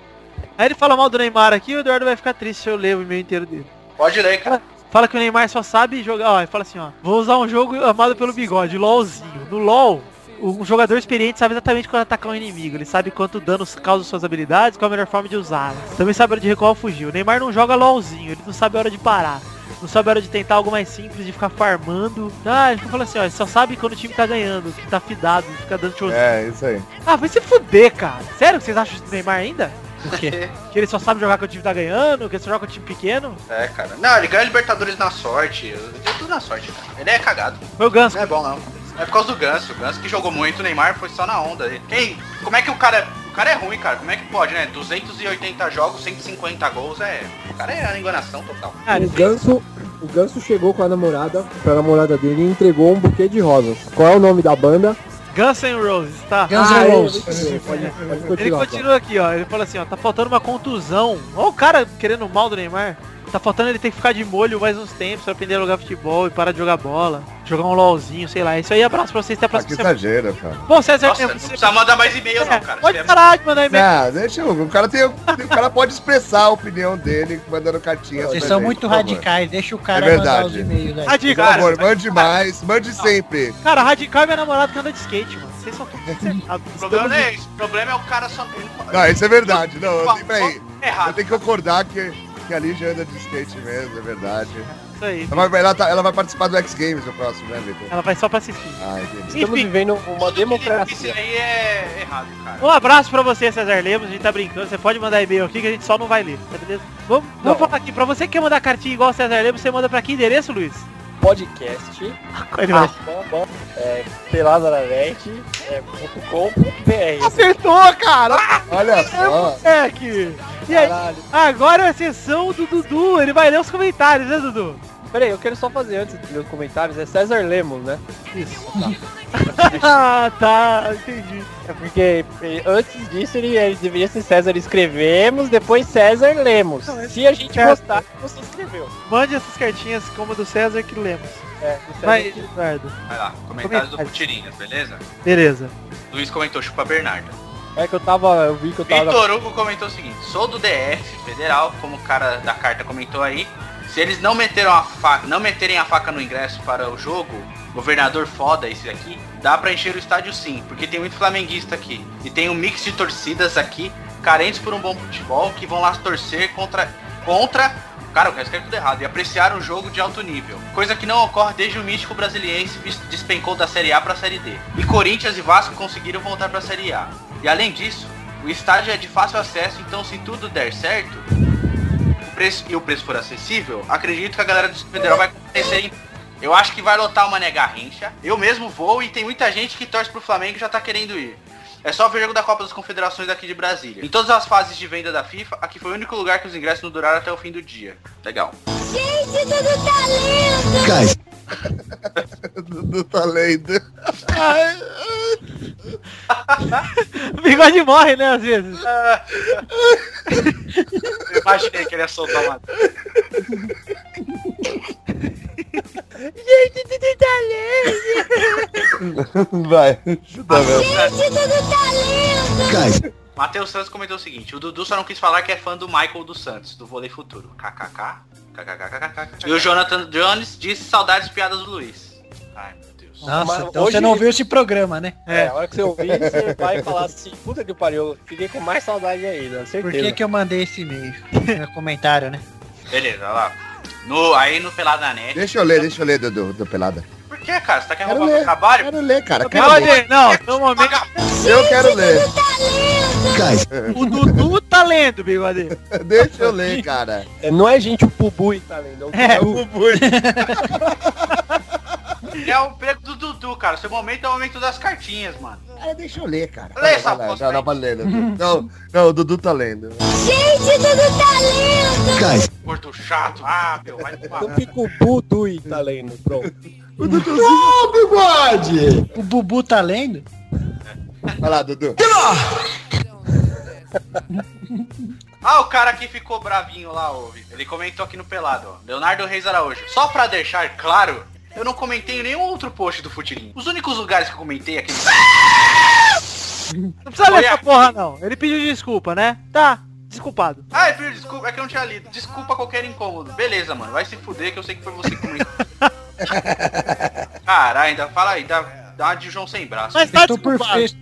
S7: Aí ele fala mal do Neymar aqui, o Eduardo vai ficar triste se eu ler o e-mail inteiro dele.
S5: Pode ler, cara.
S7: Fala que o Neymar só sabe jogar. Ó, ele fala assim, ó. Vou usar um jogo amado pelo bigode, LOLzinho. No LOL, o- um jogador experiente sabe exatamente quando atacar um inimigo. Ele sabe quanto dano causa suas habilidades, qual a melhor forma de usá-las. Também sabe a hora de recuar ou fugir. O Neymar não joga LOLzinho, ele não sabe a hora de parar. Não sabe a hora de tentar algo mais simples, de ficar farmando. Ah, ele fala assim, ó, ele só sabe quando o time tá ganhando, que tá fidado, fica dando showzinho.
S6: É, isso aí.
S7: Ah, vai se fuder, cara. Sério que vocês acham isso do Neymar ainda?
S5: Por quê?
S7: Que ele só sabe jogar quando o time tá ganhando, que ele só joga com o time pequeno?
S5: É, cara. Não, ele ganha Libertadores na sorte. Ele ganha tudo na sorte, cara. Ele é cagado.
S7: Foi o Ganso.
S5: Não é bom, não. É por causa do Ganso. O Ganso que jogou muito, o Neymar foi só na onda. Ele- Quem... Como é que o cara... O cara é ruim, cara. Como é que pode, né? 280 jogos, 150 gols, é... O cara é a enganação total.
S11: o, ganso, o Ganso chegou com a namorada, pra namorada dele e entregou um buquê de rosas. Qual é o nome da banda?
S7: Guns N' Roses, tá?
S11: Guns N' Ah, Roses.
S7: Ele,
S11: pode- pode continuar,
S7: ele
S11: tá.
S7: continua aqui, ó. Ele fala assim, ó, tá faltando uma contusão. Ó o cara querendo mal do Neymar. Tá faltando ele ter que ficar de molho mais uns tempos pra aprender a jogar futebol e parar de jogar bola. Jogar um LOLzinho, sei lá. Isso aí, é abraço pra vocês. Até a
S6: Ah,
S7: próxima
S6: que
S7: semana.
S6: exagero, cara.
S7: Bom, César,
S5: Nossa,
S7: eu-
S5: não precisa mandar mais e-mail, não, cara. é
S7: pode parar de mandar e-mail.
S6: Ah, deixa eu. O cara, tem, o cara pode expressar a opinião dele mandando cartinhas.
S2: Vocês
S6: pra
S2: são
S6: gente,
S2: muito
S6: por favor.
S2: radicais, deixa o
S6: É
S2: cara mandar os
S6: verdade.
S2: e-mails aí.
S6: Por favor, mande mais, mande sempre.
S7: Cara, radical é minha namorada que anda de skate, mano. Vocês são tudo acertados.
S5: O problema não é esse. O problema é o cara só... ele não-
S6: Não, isso é verdade. Não, eu tenho, peraí.
S5: Errado.
S6: Eu tenho que concordar que, que a Lígia anda de skate mesmo, é verdade.
S7: Isso aí.
S6: Ela vai, ela tá- ela vai participar do X Games no próximo, né, Vitor?
S7: Ela vai só pra assistir.
S6: Ah, entendi.
S11: Estamos vivendo uma
S5: Isso
S11: democracia.
S5: aí é errado, cara.
S7: Um abraço pra você, César Lemos. A gente tá brincando. Você pode mandar e-mail aqui que a gente só não vai ler, tá beleza? Vamos, vamos falar aqui. Pra você que quer mandar cartinha igual o César Lemos, você manda pra que endereço, Luiz?
S11: Podcast.
S7: Ele vai.
S11: arroba, É, peladananet.com.br.
S7: Acertou, cara!
S6: Olha só.
S7: É que. E aí,
S11: Caralho.
S7: agora é a sessão do Dudu. Ele vai ler os comentários, né, Dudu?
S11: Peraí, eu quero só fazer antes dos meus comentários. É César Lemos, né?
S7: Isso. ah, tá. Entendi.
S11: É porque eh, antes disso ele, ele deveria ser César Escrevemos, depois César Lemos.
S7: Não, esse
S11: Se a gente
S7: César.
S11: gostar, você escreveu.
S7: Mande essas cartinhas como a do César que lemos.
S11: É, do César
S7: Vai,
S11: que-
S7: Eduardo.
S5: Vai lá, comentários do Putirinhas, beleza?
S7: Beleza.
S5: Luiz comentou, chupa Bernardo.
S11: É que eu tava. Eu vi que eu tava.
S5: Vitor Hugo comentou o seguinte, sou do DF Federal, como o cara da carta comentou aí. Se eles não, meteram a fa- não meterem a faca no ingresso para o jogo, governador foda esse aqui, dá pra encher o estádio sim, porque tem muito flamenguista aqui. E tem um mix de torcidas aqui, carentes por um bom futebol, que vão lá torcer contra. contra Cara, eu escrevi tudo errado. E apreciar um jogo de alto nível. Coisa que não ocorre desde o místico brasiliense bis- despencou da Série A pra Série D. E Corinthians e Vasco conseguiram voltar pra Série A. E além disso, o estádio é de fácil acesso, então se tudo der certo, o preço, e o preço for acessível, acredito que a galera do Distrito Federal vai acontecer em... Eu acho que vai lotar uma nega rincha. Eu mesmo vou e tem muita gente que torce pro Flamengo e já tá querendo ir. É só ver o jogo da Copa das Confederações daqui de Brasília. Em todas as fases de venda da FIFA, aqui foi o único lugar que os ingressos não duraram até o fim do dia. Legal.
S13: Gente, tudo tá lindo!
S6: Guys. do talento.
S7: O bigode morre, né, às vezes.
S5: Eu imaginei que ele ia soltar uma.
S13: Gente, tudo tá lindo!
S6: Vai, chuta mesmo.
S13: Gente, tudo tá lindo!
S5: Matheus Santos comentou o seguinte, o Dudu só não quis falar que é fã do Michael dos Santos, do vôlei futuro. KKK. KKKKK. E o Jonathan Jones disse saudades piadas do Luiz. Ai, meu Deus.
S6: Ah.
S2: Nossa,
S11: Mas
S2: então
S11: hoje-
S2: você não viu esse programa, né?
S11: É, a hora que você ouvir, você vai falar assim, puta que pariu, eu fiquei com mais saudade ainda,
S2: Por
S11: certeza.
S2: que, que eu mandei esse e-mail? Meu comentário, né?
S5: Beleza, olha lá. No, aí no Pelada Net.
S6: Deixa eu ler, deixa eu ler do, do, do Pelada.
S5: Por que, cara? Você tá querendo
S6: Quero
S5: roubar meu
S6: ler.
S5: trabalho?
S6: Quero ler,
S2: Tá
S6: cara.
S7: Brother, não, no momento.
S6: Eu quero ler.
S7: O Dudu tá lendo, bigode.
S6: Deixa eu ler, cara.
S11: É, não é gente o Pubui tá lendo. É, o
S6: Pubui.
S5: É o prego do Dudu, cara. Seu momento é o momento das cartinhas, mano.
S6: Cara, Ah, deixa eu ler, cara.
S5: Lê essa
S6: Vai lá,
S5: bosta
S6: Não,
S5: aí.
S6: não, pode ler, Dudu. Não, não, o Dudu tá lendo.
S13: Gente, tudo tá lindo!
S5: Gordo chato. Ah, meu, vai tomar.
S11: é O Picubu Dui tá lendo, pronto.
S6: O tá Duduzinho.
S11: bigode!
S2: O Bubu tá lendo?
S6: Vai lá, Dudu.
S5: Ah, o cara que ficou bravinho lá, ó. Ele comentou aqui no pelado, ó. Leonardo Reis Araújo. Só pra deixar claro, eu não comentei em nenhum outro post do Futirinho. Os únicos lugares que eu comentei aqui
S7: Não precisa ler essa porra, não. Ele pediu desculpa, né? Tá, desculpado.
S5: Ah, eu pedi desculpa, é que eu não tinha lido. Desculpa qualquer incômodo. Beleza, mano. Vai se fuder que eu sei que foi você que comentou. Caralho, ainda fala aí, dá, dá uma de João sem braço.
S2: eu, estou por,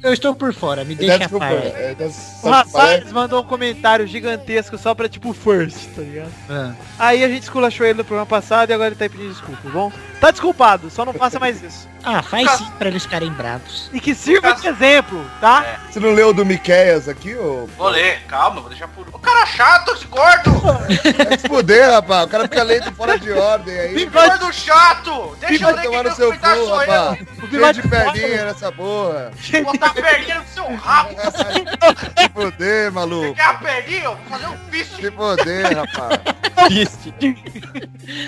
S2: eu estou por fora, me
S6: tá
S2: deixa
S5: desculpa,
S2: fora.
S5: é,
S7: O Rafael mandou um comentário gigantesco só pra tipo first, tá ligado?
S6: É.
S7: Aí a gente esculachou ele no programa passado e agora ele tá aí pedindo desculpa, bom? Tá desculpado, só não faça mais isso.
S2: Ah, faz sim pra eles ficarem bravos.
S7: E que sirva de exemplo, tá?
S6: Você não leu o do Miqueias aqui, ô?
S5: Vou ler, calma, vou deixar por. O cara chato, esse gordo!
S6: Vai se fuder, rapaz. O cara fica lendo fora de ordem aí.
S5: Que gordo chato! Deixa eu
S6: Vai tomar
S5: ler quem
S6: no
S5: vai
S6: seu
S7: tá
S5: comentar
S6: cu,
S5: sou
S6: rapaz.
S5: eu.
S6: Cheio de perninha nessa porra.
S5: Botar a perninha no seu rabo!
S6: Se fuder, maluco.
S5: Quer a perninha? Eu Vou fazer um fist!
S6: Se fuder, rapaz.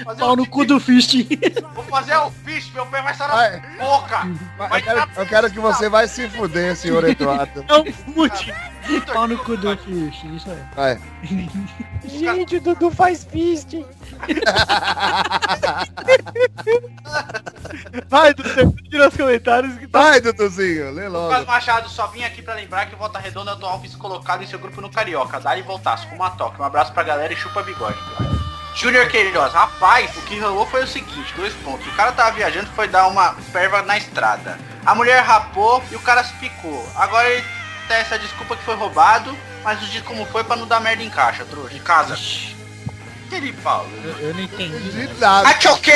S5: Fazer
S2: Pau
S5: um-
S2: no cu do Fist.
S5: Vou fazer um fist, meu pé vai sair na boca!
S6: Eu quero, eu quero que você vai se fuder, senhor Eduardo.
S2: Não fute. Pau no cu do Fist, isso aí.
S6: Vai.
S11: Gente, o Dudu faz fist.
S7: Vai, Dudu, tira os comentários que tá.
S6: Vai, Duduzinho, lê
S5: Lucas
S6: logo.
S5: Machado, só vim aqui pra lembrar que o Volta Redonda é do Alves colocado em seu grupo no Carioca. Dá e voltasse com uma toca. Um abraço pra galera e chupa bigode. Júnior Queiroz, rapaz, o que rolou foi o seguinte, dois pontos. O cara tava viajando e foi dar uma perva na estrada. A mulher rapou e o cara se picou. Agora ele tem essa desculpa que foi roubado, mas o diz como foi pra não dar merda em caixa, trouxa. Em casa. Aquele pau.
S2: Eu, eu não entendi. né?
S6: nada.
S5: Achoque!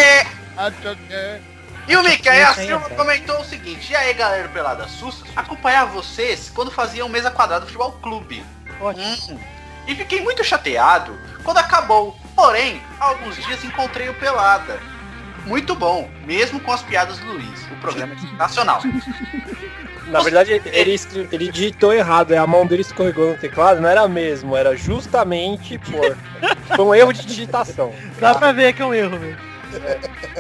S6: Achoque!
S5: E o Micael
S2: Achoque,
S5: Silva
S2: achoque.
S5: comentou o seguinte, e aí galera do Pelada Sus, acompanhava vocês quando faziam mesa quadrada do futebol clube. Hum. E fiquei muito chateado quando acabou. Porém, há alguns dias encontrei o Pelada. Muito bom, mesmo com as piadas do Luiz. O programa é sensacional.
S11: Na verdade, ele, escre- ele digitou errado, é, a mão dele escorregou no teclado, não era mesmo, era justamente por. Foi um erro de digitação.
S7: Dá pra ver que é um erro, velho.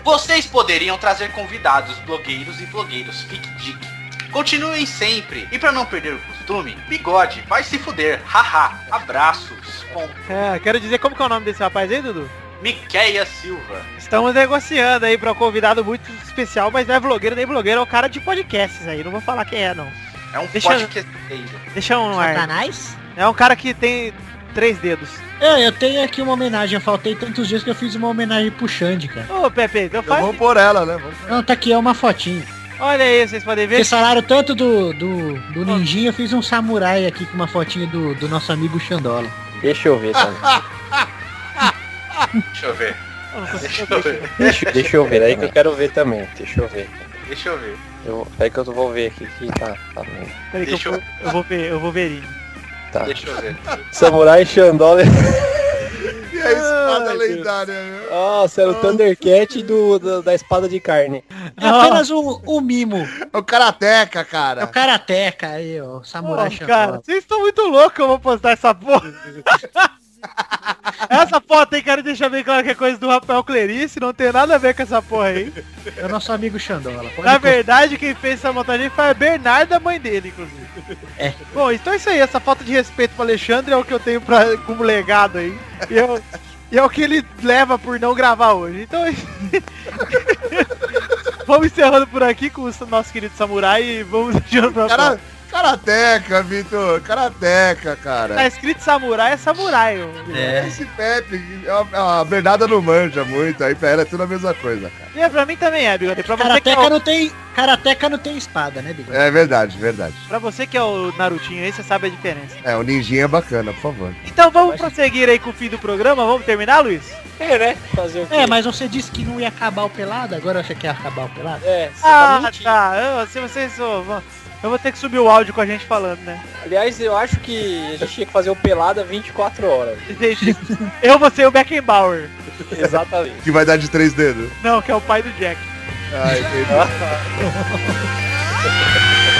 S5: Vocês poderiam trazer convidados, blogueiros e blogueiros. Fique dick. Continuem sempre. E pra não perder o costume, bigode, vai se fuder. Haha. Abraços. Ponto.
S7: É, quero dizer como que é o nome desse rapaz aí, Dudu?
S5: Miqueia Silva.
S7: Estamos negociando aí pra um convidado muito especial, mas não é vlogueiro nem blogueiro, é o cara de podcasts aí, não vou falar quem é, não.
S5: É um
S7: Deixa-
S5: podcasteiro.
S7: Deixa um ar.
S2: Satanás?
S7: É um cara que tem três dedos.
S2: É, eu tenho aqui uma homenagem. Eu faltei tantos dias que eu fiz uma homenagem pro Xande, cara.
S7: Ô, Pepe, então
S6: Eu
S7: faz...
S6: vou pôr ela, né? Vou-
S2: Não, tá aqui, é uma fotinho.
S7: Olha aí, vocês podem ver.
S2: Vocês falaram tanto do, do, do ninjinha, eu fiz um samurai aqui com uma fotinha do, do nosso amigo Xandola.
S14: Deixa eu ver, tá?
S5: Deixa eu ver.
S7: Eu não
S5: Deixa
S7: consigo
S5: eu
S7: ver.
S5: ver.
S14: Deixa, deixa eu
S9: é
S14: ver, aí que eu quero ver também. Deixa eu ver.
S5: Deixa eu ver.
S14: Eu,
S9: é
S14: aí que eu vou ver aqui que tá. tá bom.
S7: Peraí que eu,
S5: Deixa eu-
S7: vou- eu vou ver, eu vou ver ele.
S14: Tá.
S5: Deixa eu ver.
S14: Samurai Xandola.
S6: E a espada lendária, né?
S11: Nossa, era o Thundercat do, do- da espada de carne.
S2: É apenas um, um mimo.
S6: É o Karateca,
S2: É o
S6: cara.
S2: Karateca aí, ó. o Samurai
S7: Pô, cara,
S2: Xandola.
S7: vocês estão muito loucos, eu vou postar essa porra. essa foto aí, quero deixar bem claro que é coisa do Rafael Clerice, não tem nada a ver com essa porra aí.
S2: É o nosso amigo Xandola. Pode
S7: Na verdade, quem fez essa montagem foi a Bernarda, a mãe dele, inclusive.
S2: É.
S7: Bom, então é isso aí. Essa falta de respeito pro Alexandre é o que eu tenho pra, como legado aí. E eu- e é o que ele leva por não gravar hoje. Então, vamos encerrando por aqui com o nosso querido Samurai e vamos deixando pra
S6: Cara-
S7: próxima.
S6: Karateca, Vitor. Karateca,
S7: Tá
S6: cara.
S7: escrito Samurai, é Samurai. ô.
S2: É.
S6: é Esse Pepe, a, a Bernarda não manja muito, aí pra ela é tudo a mesma coisa, cara.
S7: E pra mim também é, Bigode. Pra você, que é
S2: Karateca
S7: o,
S2: não tem. Karateca não tem espada, né, Bigode?
S6: É verdade, verdade.
S7: pra você que é o Narutinho aí, você sabe a diferença.
S6: É, o ninjinha é bacana, por favor.
S7: Então vamos prosseguir aí com o fim do programa, vamos terminar, Luiz?
S9: É, né? Fazer o
S2: É, mas você disse que não ia acabar o pelado, agora você quer acabar o pelado?
S9: É,
S7: Ah, tá. Eu, se vocês. Eu vou- eu vou ter que subir o áudio com a gente falando, né?
S9: Aliás, eu acho que a gente tinha que fazer o Pelada 24 horas.
S7: Gente, eu vou ser o Beckenbauer.
S9: Exatamente.
S6: Que vai dar de três dedos.
S7: Não, que é o pai do Jack.
S6: Ah, entendi.